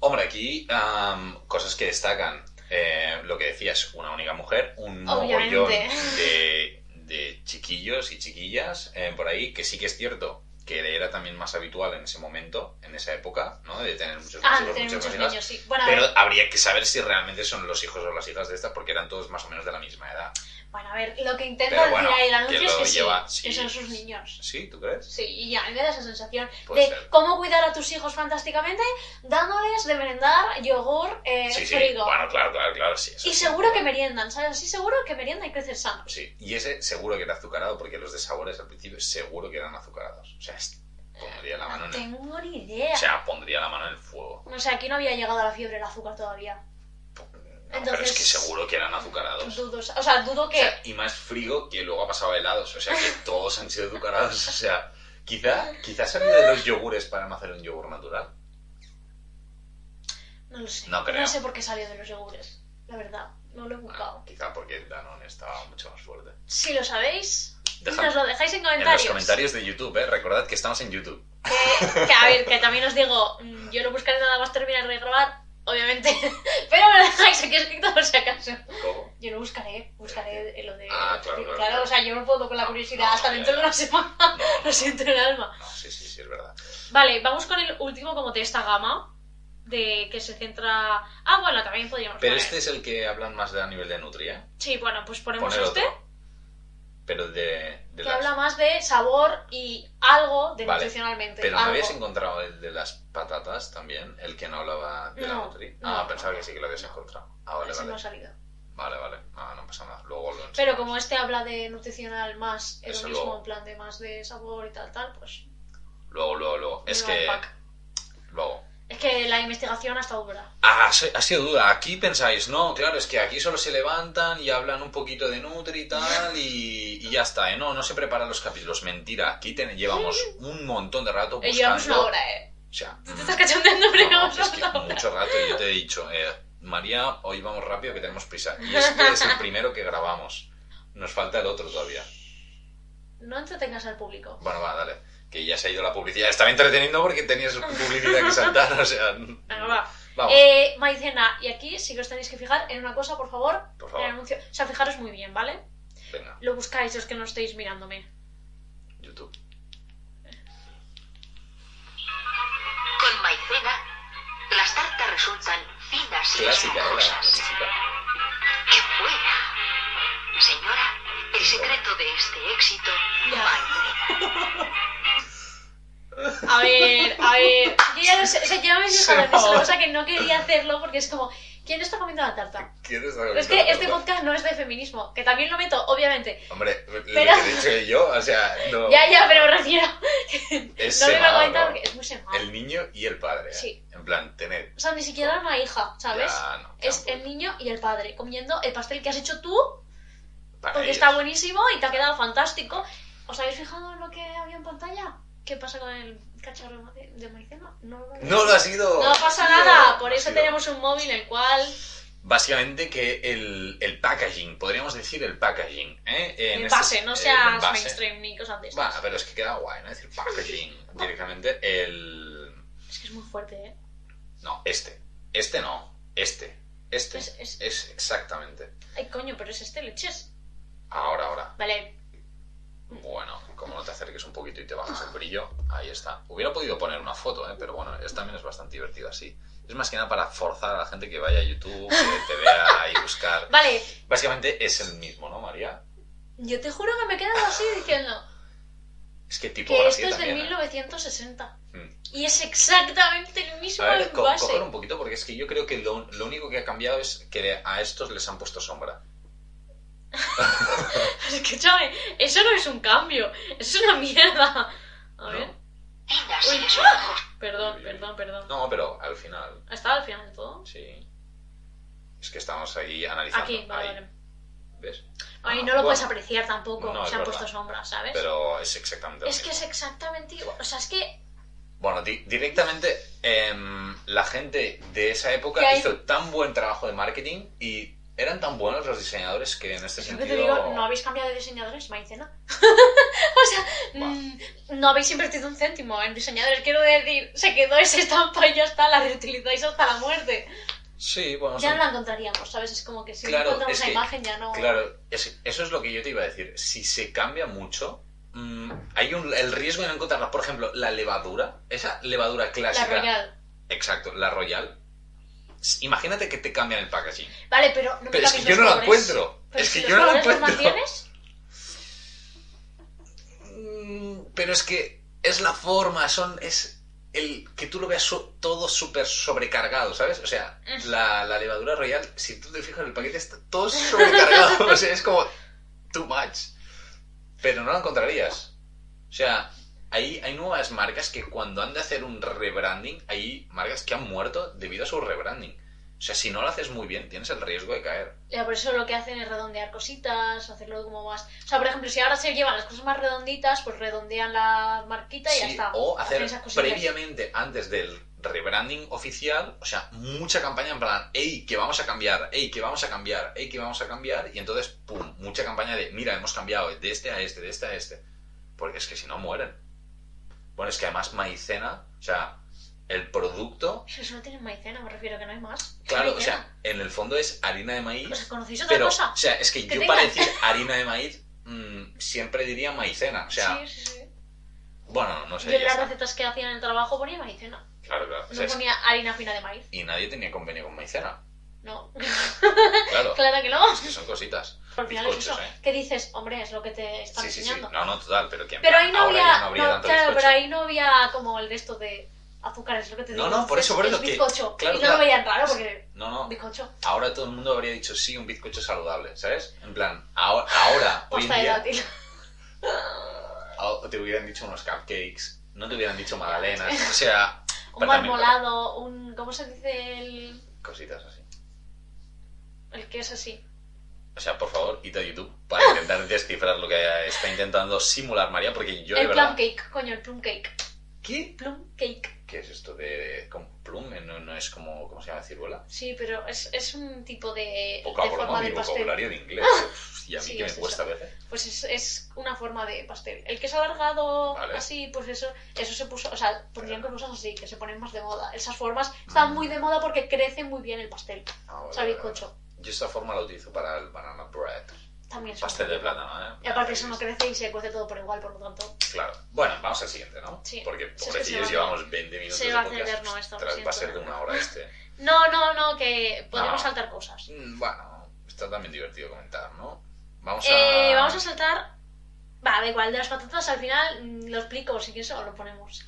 B: Hombre, aquí am, cosas que destacan. Eh, lo que decías, una única mujer, un
A: Obviamente.
B: mogollón de, de chiquillos y chiquillas eh, por ahí, que sí que es cierto que era también más habitual en ese momento, en esa época, ¿no? De tener muchos
A: Ah,
B: muchos,
A: tener
B: muchos
A: muchos
B: hijas.
A: niños, sí. Bueno, a
B: Pero
A: ver,
B: habría que saber si realmente son los hijos o las hijas de estas, porque eran todos más o menos de la misma edad.
A: bueno, a ver, lo que intenta
B: Pero
A: decir
B: bueno,
A: ahí el
B: que
A: anuncio es
B: lo
A: que sí,
B: lleva- sí.
A: que son sus niños.
B: ¿Sí? ¿Tú crees?
A: Sí, y a mí me da esa sensación
B: Puede
A: de
B: ser.
A: cómo cuidar a tus hijos fantásticamente dándoles de merendar yogur eh,
B: Sí, sí.
A: frigo.
B: Bueno, claro, claro, claro, sí. eso
A: y
B: sí.
A: seguro que meriendan, ¿sabes? Sí, seguro que meriendan y crecen sanos.
B: Sí, y ese seguro que era azucarado, porque los de sabores al principio seguro que eran azucarados. O sea, es- pondría la mano
A: No
B: en el...
A: tengo ni idea.
B: O sea, pondría la mano en el fuego.
A: No sé, aquí no había llegado la fiebre del azúcar todavía.
B: No,
A: Entonces-
B: pero es que seguro que eran azucarados.
A: Dudo, o sea, dudo
B: O
A: que...
B: sea, y más frigo que luego ha pasado a helados. O sea, que todos han sido azucarados. O sea, quizá, quizá salió de los yogures para no hacer un yogur natural.
A: no lo sé.
B: no creo.
A: sé por qué salió de los yogures, la verdad. No lo he buscado.
B: Ah, quizá porque el Danone estaba mucho más fuerte.
A: Si lo sabéis,
B: Dejad
A: nos lo dejáis en
B: en
A: comentarios.
B: los comentarios de YouTube, ¿eh? Recordad que estamos en YouTube.
A: Que, que, a ver, que también os digo, mm, yo lo buscaré nada más terminar de grabar, obviamente. Pero me lo dejáis aquí escrito por si acaso.
B: ¿Cómo?
A: Yo lo buscaré, buscaré lo de...
B: Ah, claro, claro, claro. Ah,
A: o sea, yo no puedo con la curiosidad
B: No,
A: hasta
B: ya,
A: dentro
B: ya.
A: de una semana.
B: No, no,
A: Lo siento en el alma.
B: no, sí, sí, sí, es verdad.
A: Vale, vamos con el último como de esta gama, de que se centra... Ah, bueno, también podríamos
B: Pero
A: poner.
B: este es el que hablan más de a nivel de nutria.
A: Sí, bueno, pues ponemos
B: Poner
A: este,
B: otro. Pero de,
A: que
B: de las...
A: habla más de sabor y algo de
B: Vale,
A: nutricionalmente.
B: Pero
A: algo.
B: no habías encontrado el de las patatas también, el que no hablaba de la
A: No,
B: nutri.
A: no.
B: Ah, pensaba que sí que lo habías encontrado. Ah, vale,
A: Ese
B: vale.
A: no ha salido.
B: Vale, vale. Ah, no pasa nada. Luego lo
A: Pero
B: enseñamos.
A: como este habla de nutricional más, es
B: Eso
A: lo mismo,
B: luego.
A: en plan de más de sabor y tal, tal, pues...
B: Luego, luego, luego. Es
A: me va
B: que...
A: el pack.
B: Luego.
A: Es que la investigación ha estado dura.
B: Ah, se- ha sido duda. Aquí pensáis, no, claro, es que aquí solo se levantan y hablan un poquito de Nutri y tal y, y ya está, ¿eh? No, no se preparan los capítulos. Mentira, aquí ten- llevamos un montón de rato
A: Eh,
B: buscando...
A: Llevamos una hora, ¿eh?
B: O sea,
A: Tú te estás cachondeando, pero
B: No,
A: llevamos
B: es que
A: una hora.
B: mucho rato yo te he dicho, eh, María, hoy vamos rápido que tenemos prisa. Y este es el primero que grabamos. Nos falta el otro todavía.
A: No entretengas al público.
B: Bueno, va, dale. Que ya se ha ido la publicidad. Estaba entreteniendo porque tenías publicidad que saltar, o sea...
A: Venga, va.
B: Vamos,
A: Eh, maicena, y aquí sí que os tenéis que fijar en una cosa, por favor,
B: por
A: en el
B: favor.
A: anuncio. O sea, fijaros muy bien, ¿vale?
B: Venga,
A: Lo buscáis los que no estéis mirándome.
B: YouTube.
D: Con maicena, las tartas resultan finas y
B: Clásica, ¿eh? La, la
D: esponjosas.
B: música.
D: ¡Qué buena! Señora, el secreto de este éxito,
A: Ya.
D: maicena.
A: A ver, a ver. Yo ya lo sé, o sea, ya me
B: Se
A: he a veces,
B: va.
A: lo que pasa que no quería hacerlo porque es como, ¿quién está comiendo la tarta?
B: ¿Quieres saber
A: Es
B: todo
A: que
B: lo
A: este
B: que-
A: podcast no es de feminismo, que también lo meto, obviamente.
B: Hombre, lo
A: Pero-
B: que he dicho yo, o sea, no...
A: Ya, ya, pero me refiero.
B: Es
A: no me lo he
B: semado,
A: comentado
B: ¿no?
A: porque es muy semado.
B: El niño y el padre, ¿eh?
A: Sí.
B: En plan, tened...
A: O sea, ni siquiera una hija, ¿sabes?
B: Ya, pues. no,
A: Es el
B: tampoco.
A: niño y el padre comiendo el pastel que has hecho tú
B: Para
A: Porque
B: ellos.
A: está buenísimo y te ha quedado fantástico. ¿Os habéis fijado en lo que había en pantalla? ¿Qué pasa con el cacharro de, de maicena? No, lo habéis
B: No lo ha sido.
A: visto. No pasa
B: tío.
A: nada, por
B: Ha
A: eso
B: sido.
A: tenemos un móvil el cual...
B: Básicamente que el, el packaging, podríamos decir el packaging, ¿eh? En
A: el
B: este-
A: base, no
B: el
A: seas
B: envase.
A: mainstream ni cosas de
B: Va,
A: esas.
B: pero es que queda guay, ¿no? Decir packaging directamente. El.
A: Es que es muy fuerte, ¿eh?
B: No, este. Este no. Este. Este.
A: Es- es-
B: exactamente.
A: Ay, coño, pero es este leches.
B: Ahora, ahora.
A: Vale,
B: Bueno, como no te acerques un poquito y te bajas el brillo, ahí está. Hubiera podido poner una foto, ¿eh? Pero bueno, es, también es bastante divertido así. Es más que nada para forzar a la gente que vaya a YouTube, que te vea ahí buscar.
A: vale.
B: Básicamente es el mismo, ¿no, María?
A: Yo te juro que me he quedado así diciendo
B: Es que
A: que
B: tipografía
A: esto es de
B: también, ¿eh?
A: 1960.
B: Mm.
A: Y es exactamente el mismo
B: A ver, co-
A: envase.
B: coger un poquito, porque es que yo creo que lo, lo único que ha cambiado es que a estos les han puesto sombra.
A: Escúchame, eso no es un cambio, eso es una mierda. A ver,
D: Finas
A: Uy.
D: y esponjosas.
A: perdón,
B: Uy.
A: perdón, perdón.
B: No, pero al final,
A: ¿Estaba al final de todo?
B: sí. Es que estamos ahí analizando.
A: Aquí, vale,
B: ahí,
A: vale.
B: ¿Ves?
A: Ahí no
B: Ah,
A: lo
B: bueno,
A: puedes apreciar tampoco,
B: No, es
A: se han
B: verdad.
A: puesto sombras, ¿sabes?
B: Pero es exactamente lo
A: es que
B: mismo.
A: es exactamente igual, o sea, es que...
B: Bueno, di- directamente em, la gente de esa época
A: ¿Qué hay?
B: hizo tan buen trabajo de marketing y Eran tan buenos los diseñadores que en este
A: Yo que
B: sentido...
A: te digo, no habéis cambiado de diseñadores, maicena. o sea,
B: Buah.
A: mm, no habéis invertido un céntimo en diseñadores. Quiero decir, se quedó esa estampa y ya está, la reutilizáis hasta la muerte.
B: Sí, bueno,
A: ya
B: son-
A: no la encontraríamos, ¿sabes? Es como que si
B: Claro,
A: no encontramos
B: es
A: la
B: que-
A: imagen ya no...
B: Claro, es- eso es lo que yo te iba a decir. Si se cambia mucho, mm, hay un, el riesgo de no encontrarla. Por ejemplo, la levadura, esa levadura
A: la
B: clásica.
A: Royal.
B: Exacto, la Royal. S- Imagínate que te cambian el packaging.
A: Vale, pero no me
B: Pero es que
A: cambiéis
B: yo
A: los
B: no la
A: colores.
B: encuentro.
A: Pero
B: es
A: si los
B: que yo no la
A: colores los
B: encuentro.
A: mantienes,
B: Mm, Pero es que es la forma, son es el que tú lo veas so- todo súper sobrecargado, ¿sabes? O sea,
A: Mm.
B: la, la levadura royal, si tú te fijas en el paquete, está todo sobrecargado. o sea, es como too much. Pero no la encontrarías. O sea, hay, hay nuevas marcas que cuando han de hacer un rebranding, hay marcas que han muerto debido a su rebranding. O sea, si no lo haces muy bien, tienes el riesgo de caer.
A: Ya, por eso lo que hacen es redondear cositas, hacerlo como más... O sea, por ejemplo, si ahora se llevan las cosas más redonditas, pues redondean la marquita y ya
B: Sí,
A: está.
B: O hacer
A: esas cosillas.
B: previamente, antes del rebranding oficial, o sea, mucha campaña en plan, hey, que vamos a cambiar, hey, que vamos a cambiar, hey, que vamos a cambiar, y entonces, pum, mucha campaña de, mira, hemos cambiado de este a este, de este a este. Porque es que si no, mueren. Bueno, es que además maicena, o sea, el producto,
A: Es que solo tienen maicena, me refiero, que no hay más. Es
B: claro, o
A: maicena.
B: sea, en el fondo es harina de maíz,
A: O sea, ¿conocéis otra
B: pero,
A: cosa?
B: o sea, es que
A: Que
B: yo
A: tengan.
B: para decir harina de maíz, mm, siempre diría maicena, o sea,
A: sí, sí, sí.
B: bueno, no sé.
A: Yo
B: ya
A: en las
B: está.
A: recetas que hacía en el trabajo ponía maicena.
B: Claro, claro. o
A: No
B: sea, es-
A: ponía harina fina de maíz.
B: y nadie tenía convenio con Maicena.
A: No,
B: Claro,
A: claro que no.
B: es que son cositas.
A: Al final es eso.
B: Bizcochos, ¿eh?
A: ¿Qué dices? Hombre, es lo que te están
B: Sí, sí, sí.
A: enseñando.
B: No, no, total, pero que en
A: Pero
B: plan,
A: ahí no
B: ahora ya
A: había.
B: no habría
A: no,
B: tanto
A: claro,
B: bizcocho.
A: pero ahí no había como el de esto de azúcar, es lo que te
B: No,
A: digo.
B: no, por eso, por
A: Es-
B: eso,
A: es
B: que-
A: bizcocho.
B: claro,
A: y no
B: claro.
A: lo veían raro porque.
B: No, no.
A: Bizcocho.
B: Ahora todo el mundo habría dicho sí, un bizcocho saludable, ¿sabes? En plan, ahora, ahora hoy en
A: Pasta de
B: día,
A: dátil.
B: ah, te hubieran dicho unos cupcakes, no te hubieran dicho magdalenas, o sea,
A: Un
B: pero también-
A: marmolado, un. ¿Cómo se dice el.
B: cositas así.
A: el que es así?
B: O sea, por favor, id a YouTube para intentar descifrar lo que está intentando simular María, porque yo de
A: el plum
B: verdad...
A: cake, coño, el plum cake.
B: ¿Qué?
A: Plum cake.
B: ¿Qué es esto de... como plum? No, no es como... ¿Cómo se llama? ¿Ciruela?
A: Sí, pero es, es un tipo de,
B: Poca
A: de
B: broma,
A: forma
B: mi
A: de pastel. Ah,
B: vocabulario de inglés. Uf, Y a mí
A: Sí,
B: que me
A: es
B: cuesta a veces.
A: Pues es, es una forma de pastel. El que es alargado,
B: Vale.
A: así, pues eso, eso se puso, o sea, pondrían cosas así, que se ponen más de moda. Esas formas están muy de moda porque crece muy bien el pastel.
B: Ah, vale,
A: O sea, el
B: Mm. vale,
A: bizcocho.
B: vale. Yo esta forma la utilizo para el banana bread.
A: También es un-
B: Pastel de plátano, ¿eh?
A: Y aparte eso no crece y se cuece todo por igual, por lo tanto.
B: Claro. Bueno, vamos al siguiente, ¿no?
A: Sí.
B: Porque
A: Si es que se va
B: pobrecillos
A: a-
B: llevamos 20 minutos
A: se
B: de
A: va a
B: podcast.
A: hacer eterno esto, lo
B: Ostras, va
A: siento.
B: a ser de una hora este.
A: No, no, no, que podemos
B: No.
A: saltar cosas.
B: Mm, Bueno, está también divertido comentar, ¿no? Vamos a...
A: Eh, vamos a saltar... Va, da igual, de las patatas al final mm, lo explico, si quieres o lo ponemos.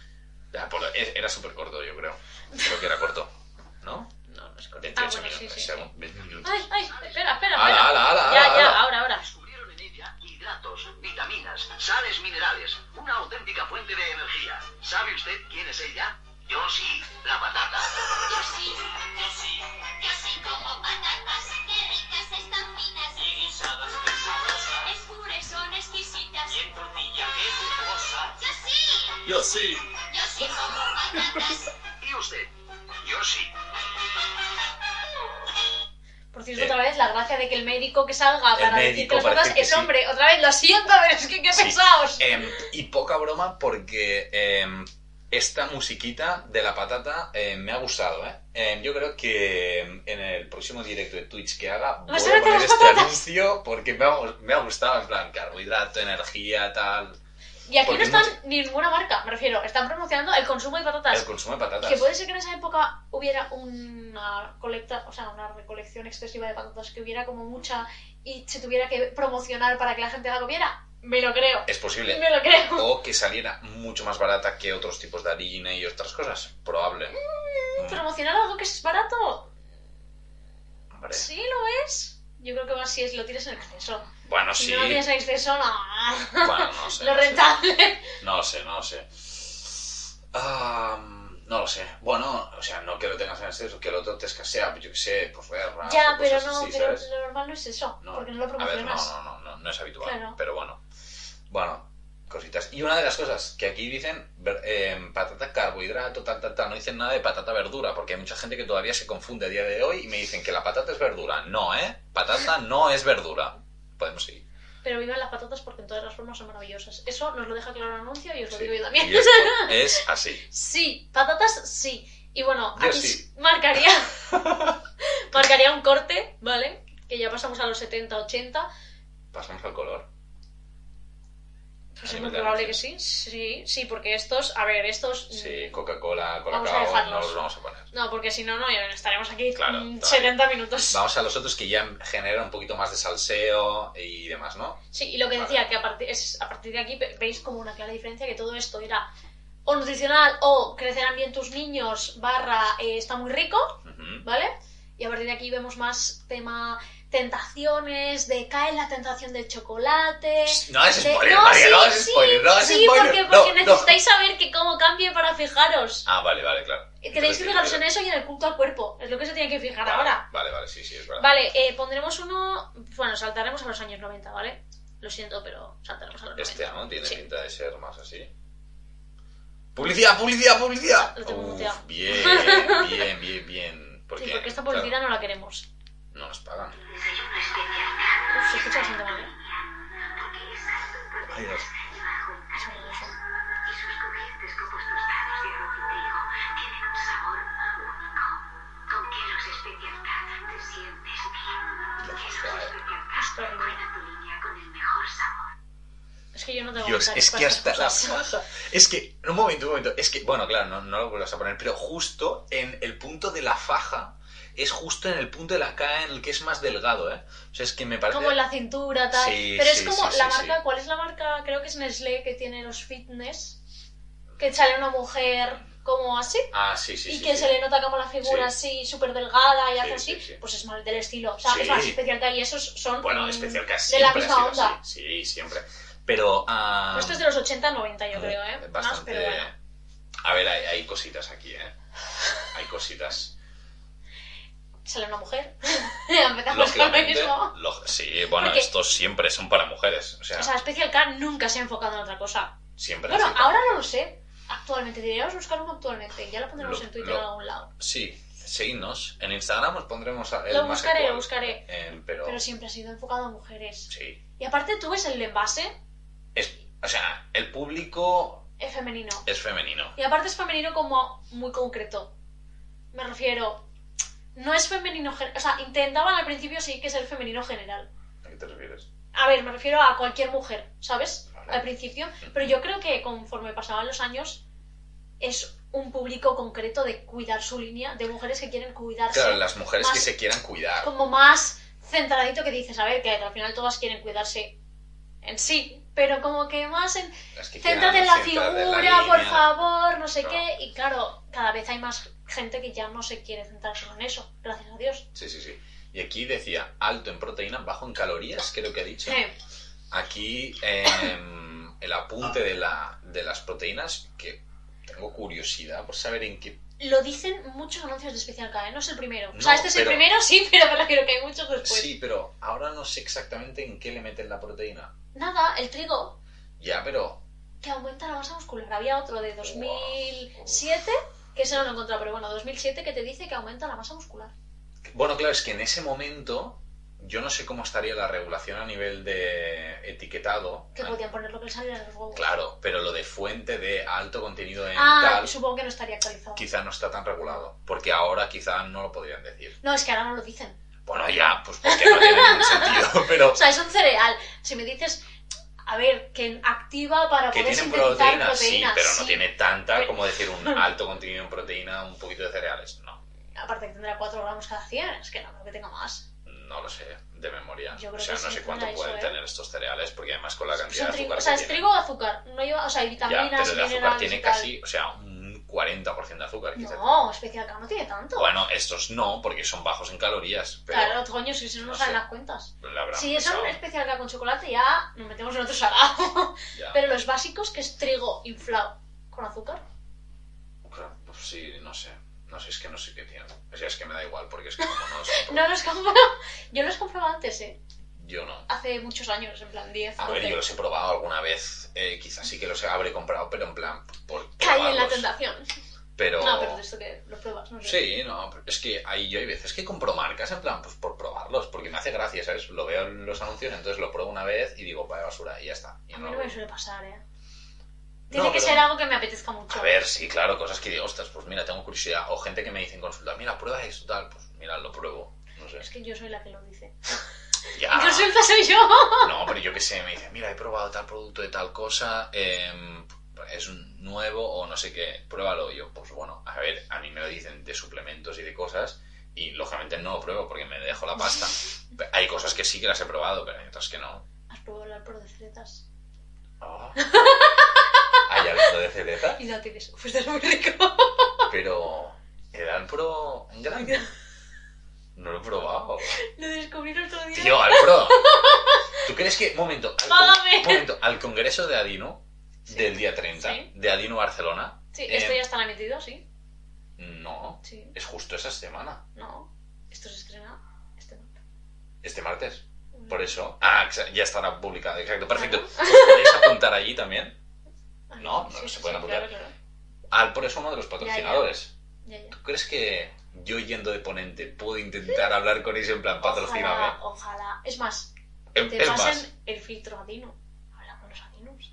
B: Ah, por- e- Era súper corto, yo creo. Creo que era corto. ¿no?
A: No, no es corto.
B: 28
A: Ah, bueno,
B: minutos.
A: sí, sí.
B: segun- 20 minutos.
A: Ay, ay, espera, espera,
B: ¡Hala,
A: espera.
B: hala, hala!
A: Ya,
B: hala,
A: ya,
B: hala!
A: ahora, ahora.
C: Descubrieron en ella hidratos, vitaminas, sales minerales, una auténtica fuente de energía. ¿Sabe usted quién es ella? Yo sí, la patata.
D: Yo sí, yo sí, yo sí como patatas. Qué ricas están finas.
E: y guisadas que sabrosas
D: Es pure, son exquisitas.
E: y en tortilla que jugosa.
D: Yo sí,
E: Yo sí.
D: yo sí como patatas.
C: ¿Y usted? Yo sí.
A: Por cierto,
B: Eh.
A: otra vez, la gracia de que el médico que salga
B: El
A: para
B: médico,
A: decirte las
B: parece
A: cosas
B: que
A: es
B: sí.
A: hombre. Otra vez, lo siento, pero es que qué
B: Sí.
A: pesados.
B: Em, y poca broma porque em, esta musiquita de la patata em, me ha gustado. ¿eh? Em, yo creo que em, en el próximo directo de Twitch que haga voy a
A: Vas a meter
B: poner
A: las
B: este
A: patatas.
B: anuncio porque me ha, me ha gustado. En plan, carbohidrato, energía, tal.
A: y aquí no
B: porque
A: están
B: mucho-
A: ninguna marca, me refiero. Están promocionando el consumo de
B: El
A: patatas.
B: consumo de patatas.
A: Que puede ser que en esa época hubiera una colecta, o sea, una recolección excesiva de patatas, que hubiera como mucha y se tuviera que promocionar para que la gente la comiera. Me lo creo.
B: Es posible.
A: Me lo creo.
B: O que saliera mucho más barata que otros tipos de harina y otras cosas. Probable. Mm,
A: ¿Promocionar algo que es barato?
B: hombre.
A: Sí, lo es. Yo creo que más si es, lo tienes en exceso.
B: Bueno,
A: Si
B: Ah, sí.
A: no lo tienes en exceso, no.
B: Bueno, no sé.
A: Lo
B: no sé.
A: rentable.
B: No lo sé, no lo sé. Ah, no lo sé. Bueno, o sea, no que lo tengas en exceso, que el otro te escasea, pues yo qué sé, por guerra.
A: Ya,
B: o
A: pero
B: cosas
A: no,
B: así,
A: pero
B: ¿sabes?
A: lo normal no es eso,
B: No,
A: porque no lo
B: A ver, no,
A: promocionas.
B: no, no, no, no es habitual,
A: Claro.
B: pero bueno. Bueno, cositas. Y una de las cosas que aquí dicen ver- eh, patata, carbohidrato, tal, tal, tal, no dicen nada de patata, verdura, porque hay mucha gente que todavía se confunde a día de hoy y me dicen que la patata es verdura. No, ¿eh? Patata no es verdura. Podemos seguir.
A: Pero vivan las patatas porque en todas las formas son maravillosas. Eso nos lo deja claro el anuncio y os lo
B: Sí.
A: digo yo también.
B: Y esto es así.
A: Sí, patatas sí. Y bueno,
B: Yo
A: aquí
B: sí.
A: marcaría, marcaría un corte, ¿vale? Que ya pasamos a los 70, 80.
B: Pasamos al color.
A: Pues
B: A
A: es
B: nivel
A: muy
B: de
A: probable que
B: anuncios.
A: sí. Sí, sí, porque estos, a ver, estos...
B: Sí,
A: mm,
B: Coca-Cola,
A: Vamos a
B: Cola-Cola, no
A: dejarlos.
B: los vamos a poner.
A: No, porque si no, no, ya estaremos aquí
B: Claro,
A: mm,
B: todavía.
A: 70 minutos.
B: Vamos a los otros que ya generan un poquito más de salseo y demás, ¿no?
A: Sí, y lo que
B: Vale.
A: decía, que a partir, es, a partir de aquí ve- veis como una clara diferencia que todo esto era o nutricional o crecerán bien tus niños barra eh, está muy rico,
B: Ujú.
A: ¿vale? Y a partir de aquí vemos más tema tentaciones, de cae la tentación del chocolate.
B: No es
A: de-
B: spoiler, María, no es
A: Eh, sí,
B: spoiler, no es
A: sí,
B: spoiler.
A: porque,
B: No,
A: porque
B: no.
A: necesitáis saber que cómo cambie para fijaros. Eh,
B: Ah, vale, vale, claro.
A: Tenéis que fijaros en eso y en el culto al cuerpo. Es lo que se tiene que fijar ahora.
B: Vale, vale, sí, sí, es verdad.
A: Vale, eh, pondremos uno. Bueno, saltaremos a los años 90, ¿vale? Lo siento, pero saltaremos a los 90.
B: Este, ¿no? Tiene
A: Sí.
B: pinta de ser más así. ¡Publicidad, publicidad, publicidad!
A: Lo tengo
B: Uf,
A: muteado.
B: bien, bien, bien, bien. Porque,
A: Sí, porque esta publicidad
B: claro,
A: no la queremos.
B: no nos pagan.
D: Desayuno especial.
A: Uf, se escucha bastante mal, ¿eh?
D: Porque es alto en
B: Ay, Dios.
D: proteínas y bajo en
A: Es horroroso.
D: y sus crujientes copos tostados de arroz y trigo tienen un sabor único. Con Kellogg's Special Cat te sientes bien. Kellogg's Special Cat
A: Está horrible.
D: juega tu línea con el mejor sabor.
A: Es que yo no tengo
B: Dios,
A: voluntad
B: es
A: para
B: que hasta
A: estas
B: la
A: cosas.
B: faja. Es que, un momento, un momento. Es que, bueno, claro, no, no lo vuelvas a poner, pero justo en el punto de la faja, es justo en el punto de la cara en el que es más delgado, ¿eh? O sea, es que me parece.
A: Como en la cintura, tal.
B: Sí,
A: pero es
B: sí,
A: como
B: sí,
A: la
B: sí,
A: marca.
B: sí.
A: ¿Cuál es la marca? Creo que es Nestlé que tiene los fitness. Que sale una mujer como así.
B: Ah, sí, sí,
A: y
B: sí.
A: que
B: sí.
A: se le nota como la figura así súper delgada y hace
B: Sí,
A: así,
B: sí, sí.
A: pues es mal del estilo. O sea,
B: Sí.
A: es más especial que hay. Esos son
B: Bueno,
A: mm,
B: especial casi.
A: de la misma onda.
B: Sí, siempre. Pero. ah,
A: Esto es de los 80-90, yo creo, ¿eh? Más,
B: Bastante.
A: pero bueno.
B: A ver, hay, hay cositas aquí, ¿eh? Hay cositas.
A: Sale una mujer. Empezamos con lo
B: Lógicamente,
A: mismo.
B: lo- sí, bueno,
A: Porque-
B: estos siempre son para mujeres. O sea,
A: O sea, Special K nunca se ha enfocado en otra cosa.
B: siempre.
A: Bueno,
B: han sido-
A: ahora no lo sé. Actualmente, deberíamos buscar uno actualmente. Ya lo pondremos
B: Lo-
A: en Twitter
B: lo-
A: en algún lado.
B: Sí, seguidnos. En Instagram os pondremos a- el
A: Lo
B: más
A: buscaré,
B: actual.
A: lo buscaré.
B: Eh, pero,
A: Pero siempre ha sido enfocado a mujeres.
B: sí.
A: Y aparte tú ves el envase,
B: Es, o sea, el público
A: es femenino.
B: es femenino.
A: Y aparte es femenino como muy concreto. Me refiero, no es femenino... gen- O sea, intentaban al principio sí que ser femenino general.
B: ¿A qué te refieres?
A: A ver, me refiero a cualquier mujer, ¿sabes?
B: Vale.
A: Al principio. Pero yo creo que conforme pasaban los años, es un público concreto de cuidar su línea, de mujeres que quieren cuidarse.
B: Claro, las mujeres que
A: Más-
B: se quieran cuidar.
A: Como más centradito que dices, a ver, que al final todas quieren cuidarse en sí, pero como que más en...
B: Las que quieran
A: Céntrate en la
B: centrar de la
A: figura, por
B: línea.
A: favor, no sé
B: Claro.
A: qué. Y claro, cada vez hay más gente que ya no se quiere centrar solo en eso, gracias a Dios.
B: Sí, sí, sí. Y aquí decía alto en proteínas, bajo en calorías, creo que ha dicho.
A: Eh,
B: Aquí em, el apunte de, la, de las proteínas, que tengo curiosidad por saber en qué
A: lo dicen muchos anuncios de Especial K, ¿eh? no es el primero.
B: No,
A: o sea, este es el
B: pero-
A: primero, sí, pero me refiero que hay muchos después.
B: Sí, pero ahora no sé exactamente en qué le meten la proteína.
A: Nada, el trigo,
B: Ya, pero.
A: que aumenta la masa muscular. Había otro de 2007, que ese no lo he encontrado, pero bueno, 2007 que te dice que aumenta la masa muscular.
B: Bueno, claro, es que en ese momento yo no sé cómo estaría la regulación a nivel de etiquetado. Ah,
A: Que podían poner lo que les saliera de los huevos.
B: Claro, pero lo de fuente de alto contenido en
A: ah,
B: tal
A: supongo que no estaría actualizado.
B: quizá no está tan regulado. Porque ahora quizá no lo podrían decir.
A: No, es que ahora no lo dicen.
B: Bueno, ya, pues porque no tiene ningún sentido, pero.
A: O sea, es un cereal. Si me dices, a ver, que activa para
B: Que
A: poder
B: tienen
A: sintetizar
B: proteína,
A: proteínas.
B: sí, pero no
A: sí. Pues
B: tiene tanta como decir un alto contenido en proteína, un poquito de cereales. No,
A: Aparte que tendrá 4 gramos cada 100, es que no creo que tenga más.
B: No lo sé, de memoria.
A: Yo creo
B: o sea,
A: que
B: no
A: sí,
B: sé cuánto
A: tendrá eso,
B: pueden
A: ¿eh?
B: tener estos cereales, porque además con la
A: Son
B: cantidad de
A: trigo-
B: azúcar
A: o sea,
B: que
A: es
B: tienen.
A: trigo o azúcar. No lleva, o sea, hay vitaminas,
B: ya, pero de azúcar
A: minerales y
B: tiene
A: tal.
B: casi, o sea, un 40% de azúcar. quizá.
A: No, especial K no tiene tanto.
B: Bueno, estos no, porque son bajos en calorías, pero
A: claro, coño, si si no
B: no
A: nos salen
B: sé.
A: las cuentas.
B: la habrán
A: Si es
B: pensado,
A: un especial K con chocolate, ya nos metemos en otro salado.
B: ya.
A: pero los básicos, que es trigo inflado con azúcar.
B: Claro, pues sí, no sé. No sé, es que no sé qué tienen. O sea, es que me da igual, porque es que como no los
A: No los compro. Yo los compraba antes, ¿eh?
B: Yo no.
A: hace muchos años, en plan 10.
B: A ver,
A: 12.
B: yo los he probado alguna vez. eh, quizás sí que los habré comprado, pero en plan. Por
A: Caí en la
B: probarlos.
A: tentación.
B: Pero.
A: No, pero de esto que lo pruebas, no sé.
B: Sí, no, pero es que ahí yo hay veces que compro marcas en plan, pues por probarlos, porque me hace gracia, ¿sabes? Lo veo en los anuncios, entonces lo pruebo una vez y digo, vaya basura, y ya está. Y
A: A
B: no
A: mí no
B: lo-
A: me suele pasar, ¿eh? Tiene que
B: pero-
A: ser algo que me apetezca mucho.
B: A ver, sí, claro, cosas que digo, ostras, pues mira, tengo curiosidad. O gente que me dice en consulta, mira, prueba esto, tal, pues mira, lo pruebo. No sé.
A: Es que yo soy la que lo dice.
B: Ya.
A: En consulta soy yo.
B: No, pero yo qué sé, me dice, mira, he probado tal producto de tal cosa, eh, es un nuevo o no sé qué, pruébalo. Y yo, pues bueno, a ver, a mí me lo dicen de suplementos y de cosas, y lógicamente no lo pruebo porque me dejo la pasta. Pe- Hay cosas que sí que las he probado, pero hay otras que no.
A: ¿Has probado el alcohol de ceretas?
B: Ah. Hay algo de cereza,
A: Y no tienes. Pues es muy rico.
B: pero el Alpro en grande. No lo he probado.
A: Lo descubrí el otro día.
B: Tío, Alpro. ¿Tú crees que, momento, al, con-
A: Págame.
B: momento, al congreso de Adino, del día 30,
A: Sí.
B: de Adino Barcelona,
A: Sí,
B: Eh,
A: esto ya está emitido, sí.
B: no,
A: Sí.
B: es justo esa semana,
A: No. Esto se estrena. Este no.
B: este martes.
A: Mm.
B: Por eso, ah, exa- ya estará publicado, exacto, perfecto. ¿Os podéis apuntar allí también?
A: Ah,
B: No, no se pueden apuntar.
A: Claro, claro.
B: Alpro es uno de los patrocinadores.
A: Ya, ya.
B: ¿Tú crees que yo yendo de ponente puedo intentar hablar con ellos en plan patrocíname?
A: Ojalá, ojalá. Es más,
B: Es,
A: te
B: es
A: pasen
B: más,
A: el filtro adino. Habla con los adinos.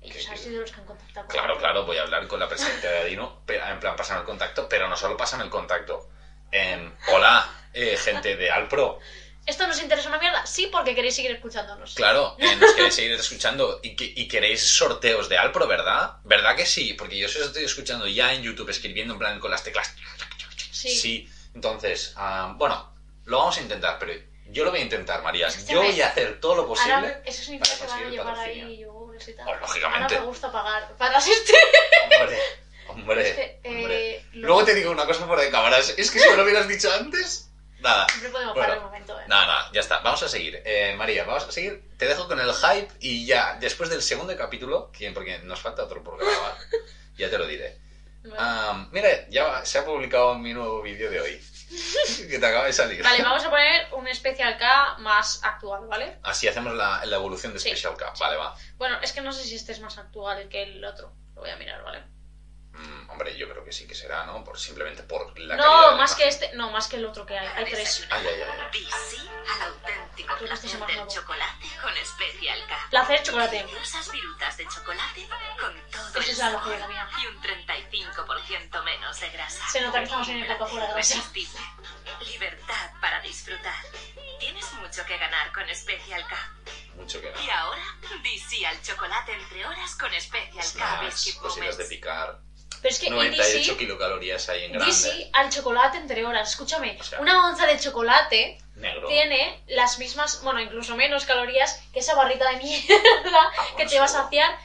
A: Ellos
B: ¿Qué-
A: han
B: qué?
A: sido los que han contactado con
B: claro,
A: nosotros.
B: claro, voy a hablar con la presidenta de Adino, pero, en plan pasan el contacto, pero no solo pasan el contacto. Em, hola, eh, gente de Alpro.
A: ¿Esto nos interesa una mierda? Sí, porque queréis seguir escuchándonos.
B: Claro, eh, nos queréis seguir escuchando y, que- y queréis sorteos de Alpro, ¿verdad? ¿Verdad que sí? Porque yo os estoy escuchando ya en YouTube escribiendo en plan con las teclas.
A: Sí.
B: Entonces, ah, bueno, lo vamos a intentar, pero yo lo voy a intentar, María.
A: Escúchame.
B: Yo voy a hacer todo lo posible.
A: Pues Ahora, eso significa que van
B: para
A: a
B: conseguir el
A: llevar
B: patrocinio.
A: ahí yogures y tal.
B: Pues, lógicamente.
A: Ahora me gusta pagar para asistir.
B: Hombre, hombre.
A: Es que, eh,
B: hombre.
A: lo-
B: Luego te digo una cosa fuera de cámaras. Es que si me lo hubieras dicho antes. Nada.
A: Siempre podemos
B: Bueno,
A: parar un momento, ¿eh?
B: Nada, nada, ya está. Vamos a seguir. Eh, María, vamos a seguir. Te dejo con el hype y ya, después del segundo capítulo, que- porque nos falta otro por grabar, ya te lo diré.
A: Bueno.
B: Ah, mira, ya se ha publicado mi nuevo vídeo de hoy, que te acaba de salir.
A: Vale, vamos a poner un especial K más actual, ¿vale?
B: Así hacemos la, la evolución de
A: Sí.
B: Special K. Vale, va.
A: Bueno, es que no sé si este es más actual que el otro. Lo voy a mirar, ¿vale?
B: Mm, hombre, yo creo que sí que será, ¿no? Por, simplemente por la calidad de
A: no,
B: la
A: más que
B: imagen.
A: este. No, más que el otro que hay. Hay tres.
B: Ay, ay, ay, ay.
F: Di sí al auténtico
A: Creo que este es el
F: placer
A: más
F: del
A: nuevo.
F: chocolate con Special K.
A: Placer chocolate.
F: Deliciosas virutas de chocolate con todo
A: Esa
F: el
A: es la
F: sabor
A: locura mía.
F: y un 35% menos de grasa.
A: Se nota que estamos en época fuera de grasa.
F: Irresistible. Libertad para disfrutar. Tienes mucho que ganar con Special K.
B: Mucho que
F: Y
B: nada.
F: ahora, di sí al chocolate entre horas con Special K
B: Snacks,
F: Biscuit
B: cositas de
F: Moments.
B: picar.
A: Pero es que
B: 98
A: EDC.
B: kilocalorías ahí en grande.
A: DC al chocolate entre horas. Escúchame,
B: O sea-
A: una onza de chocolate
B: Negro.
A: tiene las mismas, bueno, incluso menos calorías que esa barrita de mierda
B: Ah, bueno,
A: que te va a
B: seguro.
A: saciar.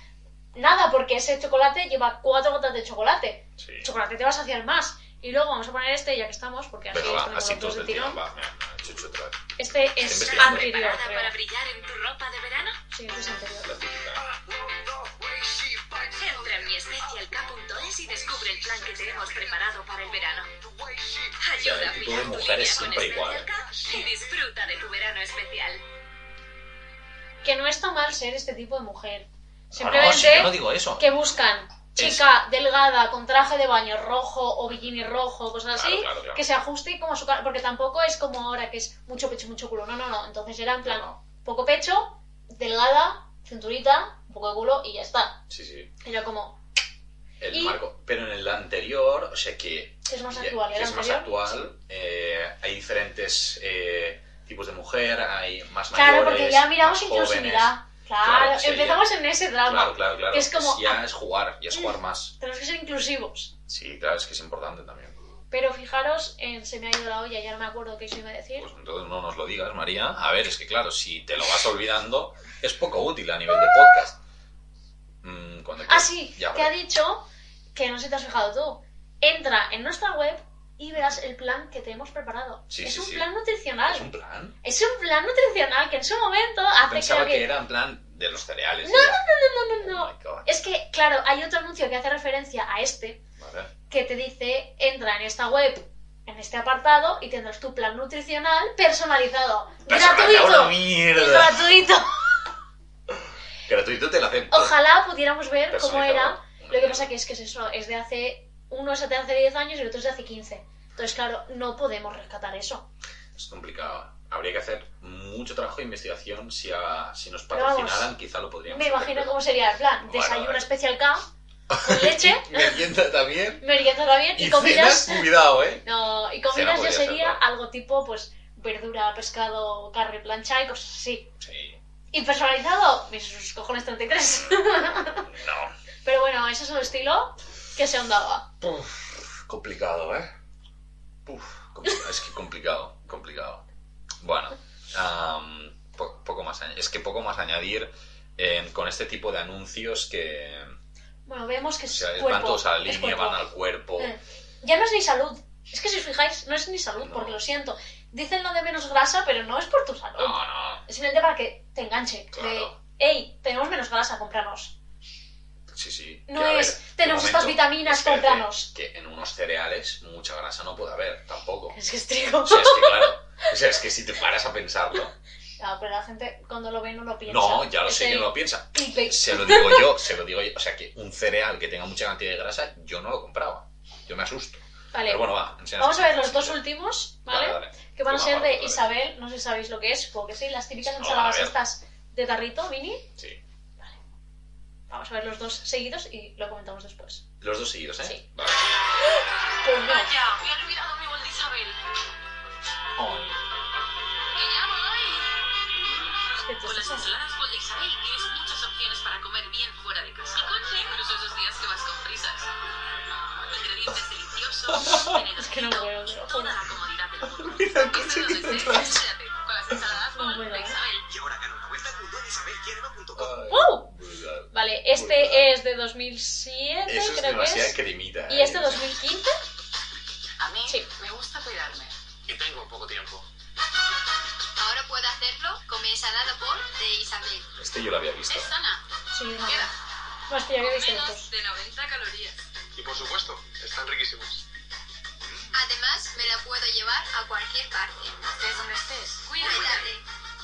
A: Nada, porque ese chocolate lleva cuatro gotas de chocolate.
B: Sí.
A: El chocolate te va a saciar más. Y luego vamos a poner este, ya que estamos, porque así
B: Venga,
A: los
B: va,
A: ponemos
B: así
A: los dos
B: todos
A: de
B: del tirón.
A: tirón.
B: Va, venga, chucho otra vez.
A: Este
B: Estoy
A: es
B: investigando.
A: anterior,
F: ¿Preparada para
A: creo.
F: brillar en tu ropa de verano?
A: Sí, este es anterior.
B: La típica.
F: Entra en mi specialk.es y descubre el plan que te hemos preparado para el verano. Ayuda
B: Ya,
F: a
B: el tipo de
F: fijar tu
B: mujer
F: línea
B: es
F: con
B: siempre igual.
F: Special K y disfruta de tu verano especial.
A: Que no está mal ser este tipo de mujer.
B: Ah, No, no, si
A: Simplemente
B: yo no digo eso.
A: que buscan
B: Es-
A: chica delgada con traje de baño rojo o bikini rojo, cosas así.
B: Claro, claro, claro.
A: que se ajuste como a su cara, porque tampoco es como ahora que es mucho pecho, mucho culo, no, no, no, entonces era en plan
B: No, no.
A: poco pecho, delgada, cinturita, un poco de culo y ya está.
B: Sí, sí.
A: Era como,
B: El
A: Y-
B: marco. Pero en el anterior, o sea que.
A: que es más
B: ya-
A: actual,
B: que
A: era
B: es más
A: anterior.
B: actual. eh, hay diferentes eh, tipos de mujer, hay más
A: Claro,
B: mayores.
A: porque ya miramos
B: más jóvenes.
A: inclusividad. Claro,
B: Claro, sí,
A: empezamos en ese drama.
B: Claro, claro, claro.
A: Que es como-
B: ya es Mm. jugar, ya es jugar más.
A: Tenemos que ser inclusivos.
B: Sí, claro, es que es importante también.
A: Pero fijaros en Se me ha ido la olla, ya no me acuerdo qué se iba a decir.
B: Pues entonces no nos lo digas, María. A ver, es que claro, si te lo vas olvidando, es poco útil a nivel de podcast. Mm, cuando
A: Ah,
B: quieras.
A: sí,
B: Ya,
A: que ha
B: vale.
A: dicho que no sé si te has fijado tú. Entra en nuestra web y verás el plan que te hemos preparado.
B: Sí,
A: es
B: sí,
A: un
B: sí.
A: plan nutricional.
B: ¿Es un plan?
A: Es un plan nutricional que en su momento hace
B: Pensaba
A: que...
B: que era en plan de los cereales.
A: No,
B: no,
A: no, no, no, no.
B: Oh my God.
A: Es que, claro, hay otro anuncio que hace referencia a este
B: Vale.
A: que te dice, entra en esta web en este apartado y tendrás tu plan nutricional personalizado.
B: Personalizado,
A: gratuito.
B: una mierda.
A: Es gratuito.
B: Gratuito te lo acepto.
A: Ojalá pudiéramos ver cómo era.
B: Personalizado, una
A: Lo que
B: mierda.
A: pasa que es que es eso, es de hace. Uno es de hace 10 años y el otro es de hace 15. Entonces, claro, no podemos rescatar eso.
B: Es complicado. Habría que hacer mucho trabajo de investigación. Si, a- si nos
A: Pero vamos,
B: patrocinaran, quizá lo podríamos
A: Me
B: hacer,
A: imagino
B: pero-
A: cómo sería el plan.
B: Bueno,
A: Desayuno
B: vale.
A: especial K, con leche,
B: Merienda también.
A: merienda también, y,
B: Y,
A: comidas.
B: cenas, cuidado, ¿eh?
A: No, y
B: Cena
A: comidas ya
B: podría ser,
A: sería
B: ¿no?
A: algo tipo, pues, verdura, pescado, carne plancha y cosas así.
B: Sí.
A: Y personalizado, mis sus cojones 33.
B: No.
A: Pero bueno, ese es el estilo que se ondaba.
B: Puf, complicado, ¿eh? Puf, complicado. es que complicado, complicado. Bueno, am, po- poco más añ- Es que poco más añadir eh, con este tipo de anuncios que
A: Bueno, vemos que
B: o
A: es
B: sea,
A: cuerpo.
B: van todos a la
A: es
B: línea,
A: cuerpo.
B: van al cuerpo.
A: Eh, Ya no es ni salud. Es que si os fijáis, no es ni salud,
B: No.
A: porque lo siento. Dicen lo de menos grasa, pero no es por tu salud.
B: No, no.
A: Es simplemente para que te enganche. De,
B: Claro.
A: hey, tenemos menos grasa, comprarnos.
B: Sí, sí.
A: No
B: que, a
A: es,
B: ver, de
A: tenemos estas
B: momento,
A: vitaminas,
B: espérate,
A: cómpranos.
B: Que en unos cereales mucha grasa no puede haber, tampoco.
A: Es que es trigo.
B: O sea, es que claro. O sea, es que si te paras a pensarlo.
A: Ah, pero la gente cuando lo ve no lo piensa.
B: No, ya lo
A: Es
B: sé que
A: el
B: no lo piensa.
A: clickbait.
B: Se lo digo yo, se lo digo yo. O sea, que un cereal que tenga mucha cantidad de grasa, yo no lo compraba. Yo me asusto.
A: Vale,
B: Pero bueno, va, enséñanos.
A: vamos a ver los dos últimos, ¿vale?
B: Dale, dale.
A: Que van a
B: Toma,
A: ser
B: Marco,
A: de
B: dale.
A: Isabel, no sé si sabéis lo que es, supongo que sí, las típicas
B: No,
A: ensaladas
B: a ver.
A: estas de tarrito, mini.
B: Sí.
A: Vamos a ver los dos seguidos y lo comentamos después.
B: Los dos seguidos, ¿eh?
A: Sí.
B: Vale.
A: Pues no.
F: Vaya, me he olvidado mi bol de Isabel.
A: Ah,
F: Que ya voy.
A: Es que tú
F: Con Pues las
A: estás-
F: ensaladas bol de Isabel tienes muchas opciones para comer bien fuera de casa. Y coche, incluso esos días que vas con prisas. Ingredientes deliciosos,
A: Es que no puedo, te lo juro.
F: toda la comodidad del mundo.
B: Mira el
F: Ese
B: coche
F: es
B: que
F: donde
B: está
F: estés,
B: atrás.
F: quédate con las ensaladas
A: No
F: bol
A: puedo,
F: de
A: ¿eh?
F: Isabel.
C: Y ahora gana una vuelta con Don Isabel Quierema.com.
B: Ay,
A: ¡Wow!
B: brutal.
A: Vale,
B: Brutal.
A: este es de 2007,
B: Eso es
A: creo que
B: demasiada
A: es.
B: cremita.
A: Y este
B: ¿eh?
A: 2015.
F: A mí
A: Sí.
F: me gusta cuidarme.
C: Y tengo poco tiempo.
G: Ahora puedo hacerlo con mi ensalada por de Isabel.
B: Este yo lo había visto.
F: Es sana,
A: Sí, no.
F: queda
A: No, es que ya había visto
F: menos
A: estos.
F: de 90 calorías.
C: Y por supuesto, están riquísimos.
G: Además, me la puedo llevar a cualquier parte.
F: Estés donde estés,
G: Cuídate.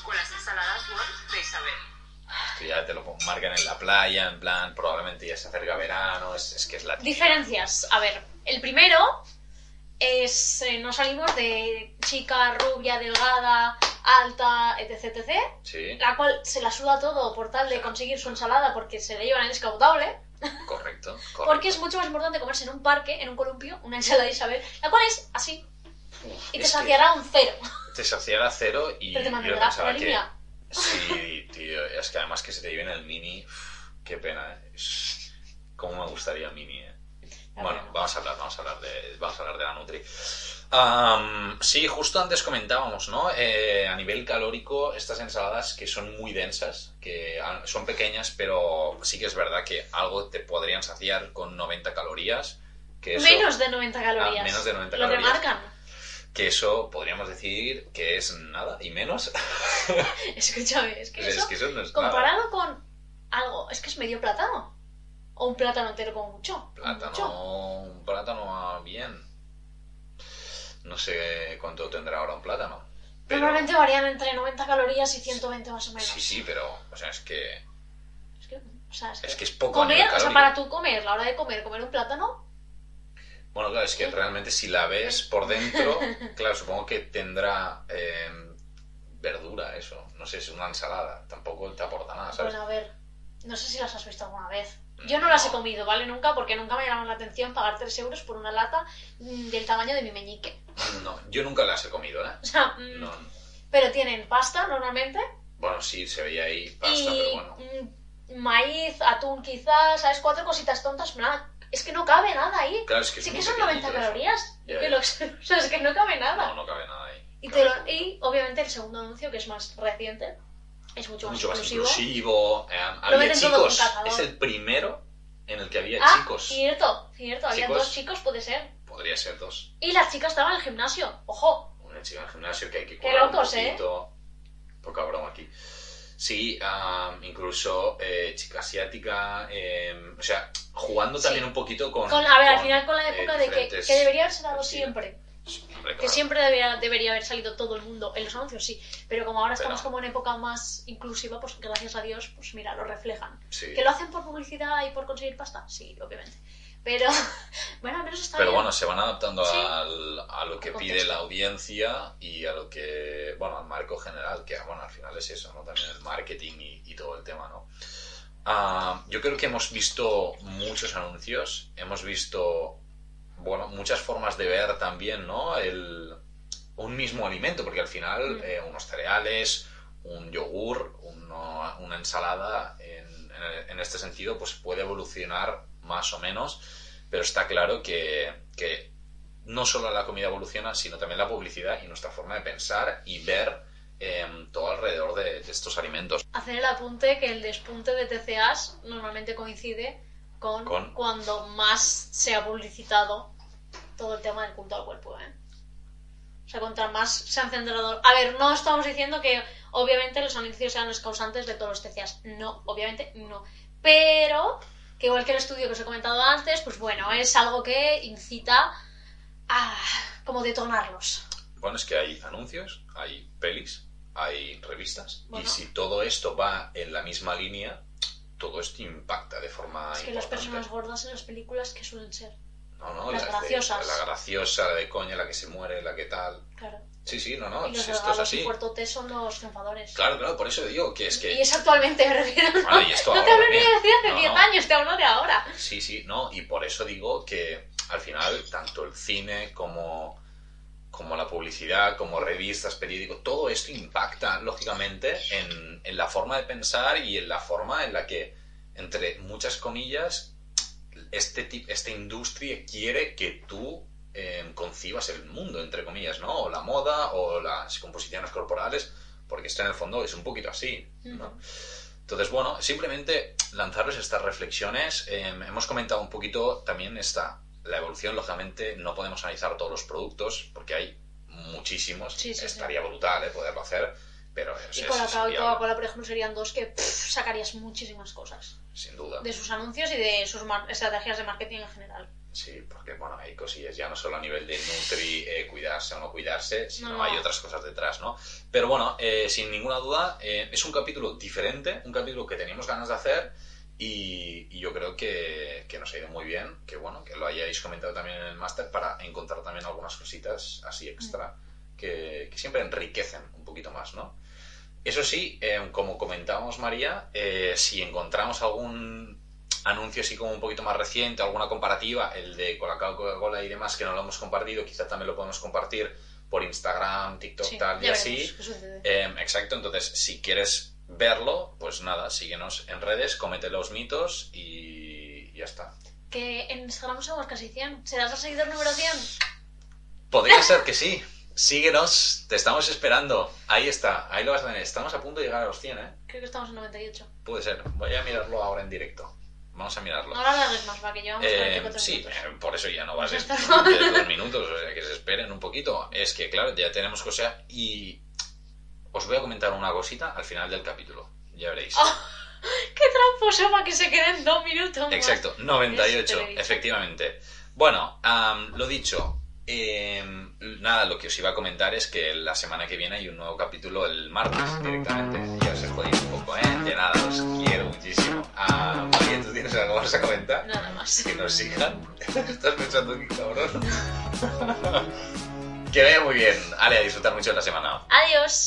F: Con las ensaladas bol de Isabel.
B: Que Este ya te lo marcan en la playa, en plan, probablemente ya se acerca verano. Es, es que es la.
A: Diferencias. A ver, el primero es. eh, no salimos de chica rubia, delgada, alta, etc, etc.
B: Sí,
A: La cual se la suda todo por tal de conseguir su ensalada porque se le llevan el escautable.
B: correcto. correcto.
A: Porque es mucho más importante comerse en un parque, en un columpio, una ensalada de Isabel, la cual es así.
B: Uf,
A: Y te
B: es que
A: saciará un cero.
B: Te saciará cero y
A: Pero te
B: yo
A: mantendrá
B: pensaba
A: la
B: que.
A: línea.
B: Sí, tío, es que además que se te lleven el mini, uf, qué pena. es- Cómo me gustaría el mini, eh.
A: La
B: Bueno,
A: pena.
B: vamos a hablar, vamos a hablar de, vamos a hablar de la Nutri. Am, sí, justo antes comentábamos, ¿no? Eh, a nivel calórico, estas ensaladas que son muy densas, que ah, son pequeñas, pero sí que es verdad que algo te podrían saciar con 90 calorías. Que eso, Ah,
A: Menos de 90 calorías.
B: menos de 90
A: Lo
B: calorías.
A: remarcan.
B: que eso podríamos decir que es nada y menos.
A: Escúchame, es que
B: Pues es
A: eso,
B: que eso no es nada.
A: comparado con algo, es que es medio plátano. O un plátano entero como mucho. como mucho.
B: Plátano, un plátano ah, bien. No sé cuánto tendrá ahora un plátano. Pero,
A: Normalmente varían entre 90 calorías y 120 más o menos.
B: sí, sí, pero o sea, es que
A: Es que, o sea, es
B: es
A: que
B: que es poco a nivel
A: comer, o sea,
B: calórico.
A: para tú comer, la hora de comer, comer un plátano,
B: Bueno, claro, es que realmente si la ves por dentro, claro, supongo que tendrá eh, verdura eso. No sé, es una ensalada, tampoco te aporta nada, Ah, ¿sabes? Mm,
A: bueno, a ver, no sé si las has visto alguna vez. Yo no las he
B: No.
A: comido, ¿vale? Nunca, porque nunca me llamaron la atención pagar 3 euros por una lata mm, del tamaño de mi meñique.
B: No, yo nunca las he comido, ¿eh?
A: O sea, mm,
B: No.
A: pero tienen pasta normalmente
B: Bueno, sí, se veía ahí pasta,
A: y
B: pero bueno.
A: mm, maíz, atún quizás, ¿sabes? Cuatro cositas tontas, nada. Es que no cabe nada ahí.
B: Claro, es que es
A: Sí
B: muy
A: que son 90
B: pequeñito eso.
A: calorías.
B: Ya,
A: que
B: ya.
A: lo- o sea, es que no cabe nada.
B: No, no cabe nada ahí.
A: y, te
B: Cabe
A: lo-
B: poco.
A: y, obviamente el segundo anuncio, que es más reciente, es mucho más
B: mucho más
A: exclusivo.
B: inclusivo. eh,
A: Lo
B: había
A: meten todo
B: chicos.
A: con cazador.
B: Es el primero en el que había
A: ah,
B: chicos.
A: cierto, cierto. Había
B: Chicos.
A: dos chicos, puede ser.
B: Podría ser dos.
A: Y las chicas estaban en el gimnasio. Ojo.
B: Una chica en el gimnasio que hay que
A: Qué
B: curar un
A: locos, ¿eh?
B: poquito. Poca broma aquí. Sí, ah, incluso eh, chica asiática. eh, o sea, jugando
A: Sí.
B: también un poquito con.
A: Con, a ver, al
B: con,
A: final con la
B: eh,
A: época de que,
B: diferentes-
A: que debería haberse dado
B: Sí.
A: siempre.
B: Hombre,
A: Que
B: claro.
A: siempre debería, debería haber salido todo el mundo en los anuncios, sí. Pero como ahora estamos
B: Pero-
A: como en época más inclusiva, pues gracias a Dios, pues mira, lo reflejan.
B: Sí.
A: ¿Que lo hacen por publicidad y por conseguir pasta? Sí, obviamente. Pero bueno, al menos está
B: Pero
A: bien.
B: bueno, se van adaptando
A: Sí.
B: al- a lo que
A: Al
B: pide
A: contexto.
B: la audiencia y a lo que, bueno, al marco general, que bueno, al final es eso, ¿no? También el marketing y, y todo el tema, ¿no? Ah, yo creo que hemos visto muchos anuncios, hemos visto, bueno, muchas formas de ver también, ¿no? El, un mismo alimento, porque al final
A: Mm.
B: eh, unos cereales, un yogur, uno- una ensalada, en, en- en este sentido, pues puede evolucionar más o menos, pero está claro que, que no solo la comida evoluciona, sino también la publicidad y nuestra forma de pensar y ver em, todo alrededor de, de estos alimentos.
A: Hacer el apunte que el despunte de TCAs normalmente coincide con,
B: Con-
A: cuando más se ha publicitado todo el tema del culto al cuerpo, ¿eh? O sea, contra más se han centrado... A ver, no estamos diciendo que obviamente los anuncios sean los causantes de todos los TCAs. No, obviamente no. Pero que igual que el estudio que os he comentado antes, pues bueno, es algo que incita a como detonarlos.
B: Bueno, es que hay anuncios, hay pelis, hay revistas,
A: Bueno.
B: y si todo esto va en la misma línea, todo esto impacta de forma
A: es que las
B: Ah, importante.
A: personas gordas en las películas que suelen ser,
B: No, no,
A: Las
B: de-
A: graciosas.
B: la graciosa, la de coña, la que se muere, la que tal.
A: claro.
B: Sí, sí, no, no,
A: y
B: si
A: los
B: esto es
A: delgados y
B: así.
A: fuertotes son los triunfadores.
B: Claro, claro, por eso digo que es
A: Y
B: que...
A: es actualmente, me refiero. No,
B: Vale, y esto
A: No te
B: ahora
A: hablo ni
B: también.
A: de hace
B: No,
A: 10
B: no.
A: años, te hablo de ahora.
B: Sí, sí, no, y por eso digo que al final tanto el cine como, como la publicidad, como revistas, periódicos, todo esto impacta lógicamente en, en la forma de pensar y en la forma en la que, entre muchas comillas, este ti- esta industria quiere que tú eh, concibas el mundo, entre comillas, ¿no? O la moda o las composiciones corporales, porque esto en el fondo es un poquito así, ¿no? Entonces, bueno, simplemente lanzaros estas reflexiones. Eh, hemos comentado un poquito también esta, la evolución. Lógicamente, no podemos analizar todos los productos porque hay muchísimos.
A: Sí, sí, sí.
B: Estaría brutal eh, poderlo hacer, pero es,
A: Y
B: es-
A: con
B: es
A: Coca-Cola y
B: inviable,
A: Coca-Cola, por ejemplo, serían dos que pff, sacarías muchísimas cosas.
B: sin duda.
A: De sus anuncios y de sus mar- estrategias de marketing en general.
B: Sí, porque bueno, hay cosillas ya no solo a nivel de nutri, eh, cuidarse o no cuidarse, sino
A: No.
B: hay otras cosas detrás, ¿no? Pero bueno, eh, sin ninguna duda, eh, es un capítulo diferente, un capítulo que teníamos ganas de hacer y, y yo creo que, que nos ha ido muy bien, que bueno, que lo hayáis comentado también en el máster para encontrar también algunas cositas así extra que, que siempre enriquecen un poquito más, ¿no? Eso sí, eh, como comentábamos María, eh, si encontramos algún anuncio así como un poquito más reciente, alguna comparativa, el de Colacao, Coca-Cola y demás que no lo hemos compartido, quizá también lo podemos compartir por Instagram, TikTok,
A: Sí,
B: tal y
A: ya
B: así.
A: veremos qué sucede.
B: Eh, exacto, entonces si quieres verlo, pues nada, síguenos en redes, comete los mitos y ya está.
A: Que en Instagram somos casi 100. ¿Serás el seguidor número 100?
B: Podría ser que sí. Síguenos, te estamos esperando. Ahí está, ahí lo vas a tener. Estamos a punto de llegar a los 100, ¿eh?
A: Creo que estamos en 98.
B: Puede ser. Voy a mirarlo ahora en directo. Vamos a mirarlo.
A: No la alargues más, va, que llevamos
B: Eh,
A: 44
B: sí,
A: minutos.
B: eh, por eso ya no va a ser
A: Está-
B: de dos minutos, o sea, que se esperen un poquito. Es que, claro, ya tenemos cosas y os voy a comentar una cosita al final del capítulo. Ya veréis.
A: ¡Qué tramposo para que se queden dos minutos más!
B: Exacto,
A: Eso te
B: 98,
A: lo he dicho.
B: efectivamente. Bueno, am, lo dicho, em, nada, lo que os iba a comentar es que la semana que viene hay un nuevo capítulo el martes directamente. Ya os he jodido un poco, ¿eh? De nada, os quiero muchísimo. Ah, María, ¿tú tienes algo más a comentar?
A: Nada más.
B: Que nos sigan. Estás pensando que cabrón. que vaya muy bien. Ale, a disfrutar mucho de la semana.
A: Adiós.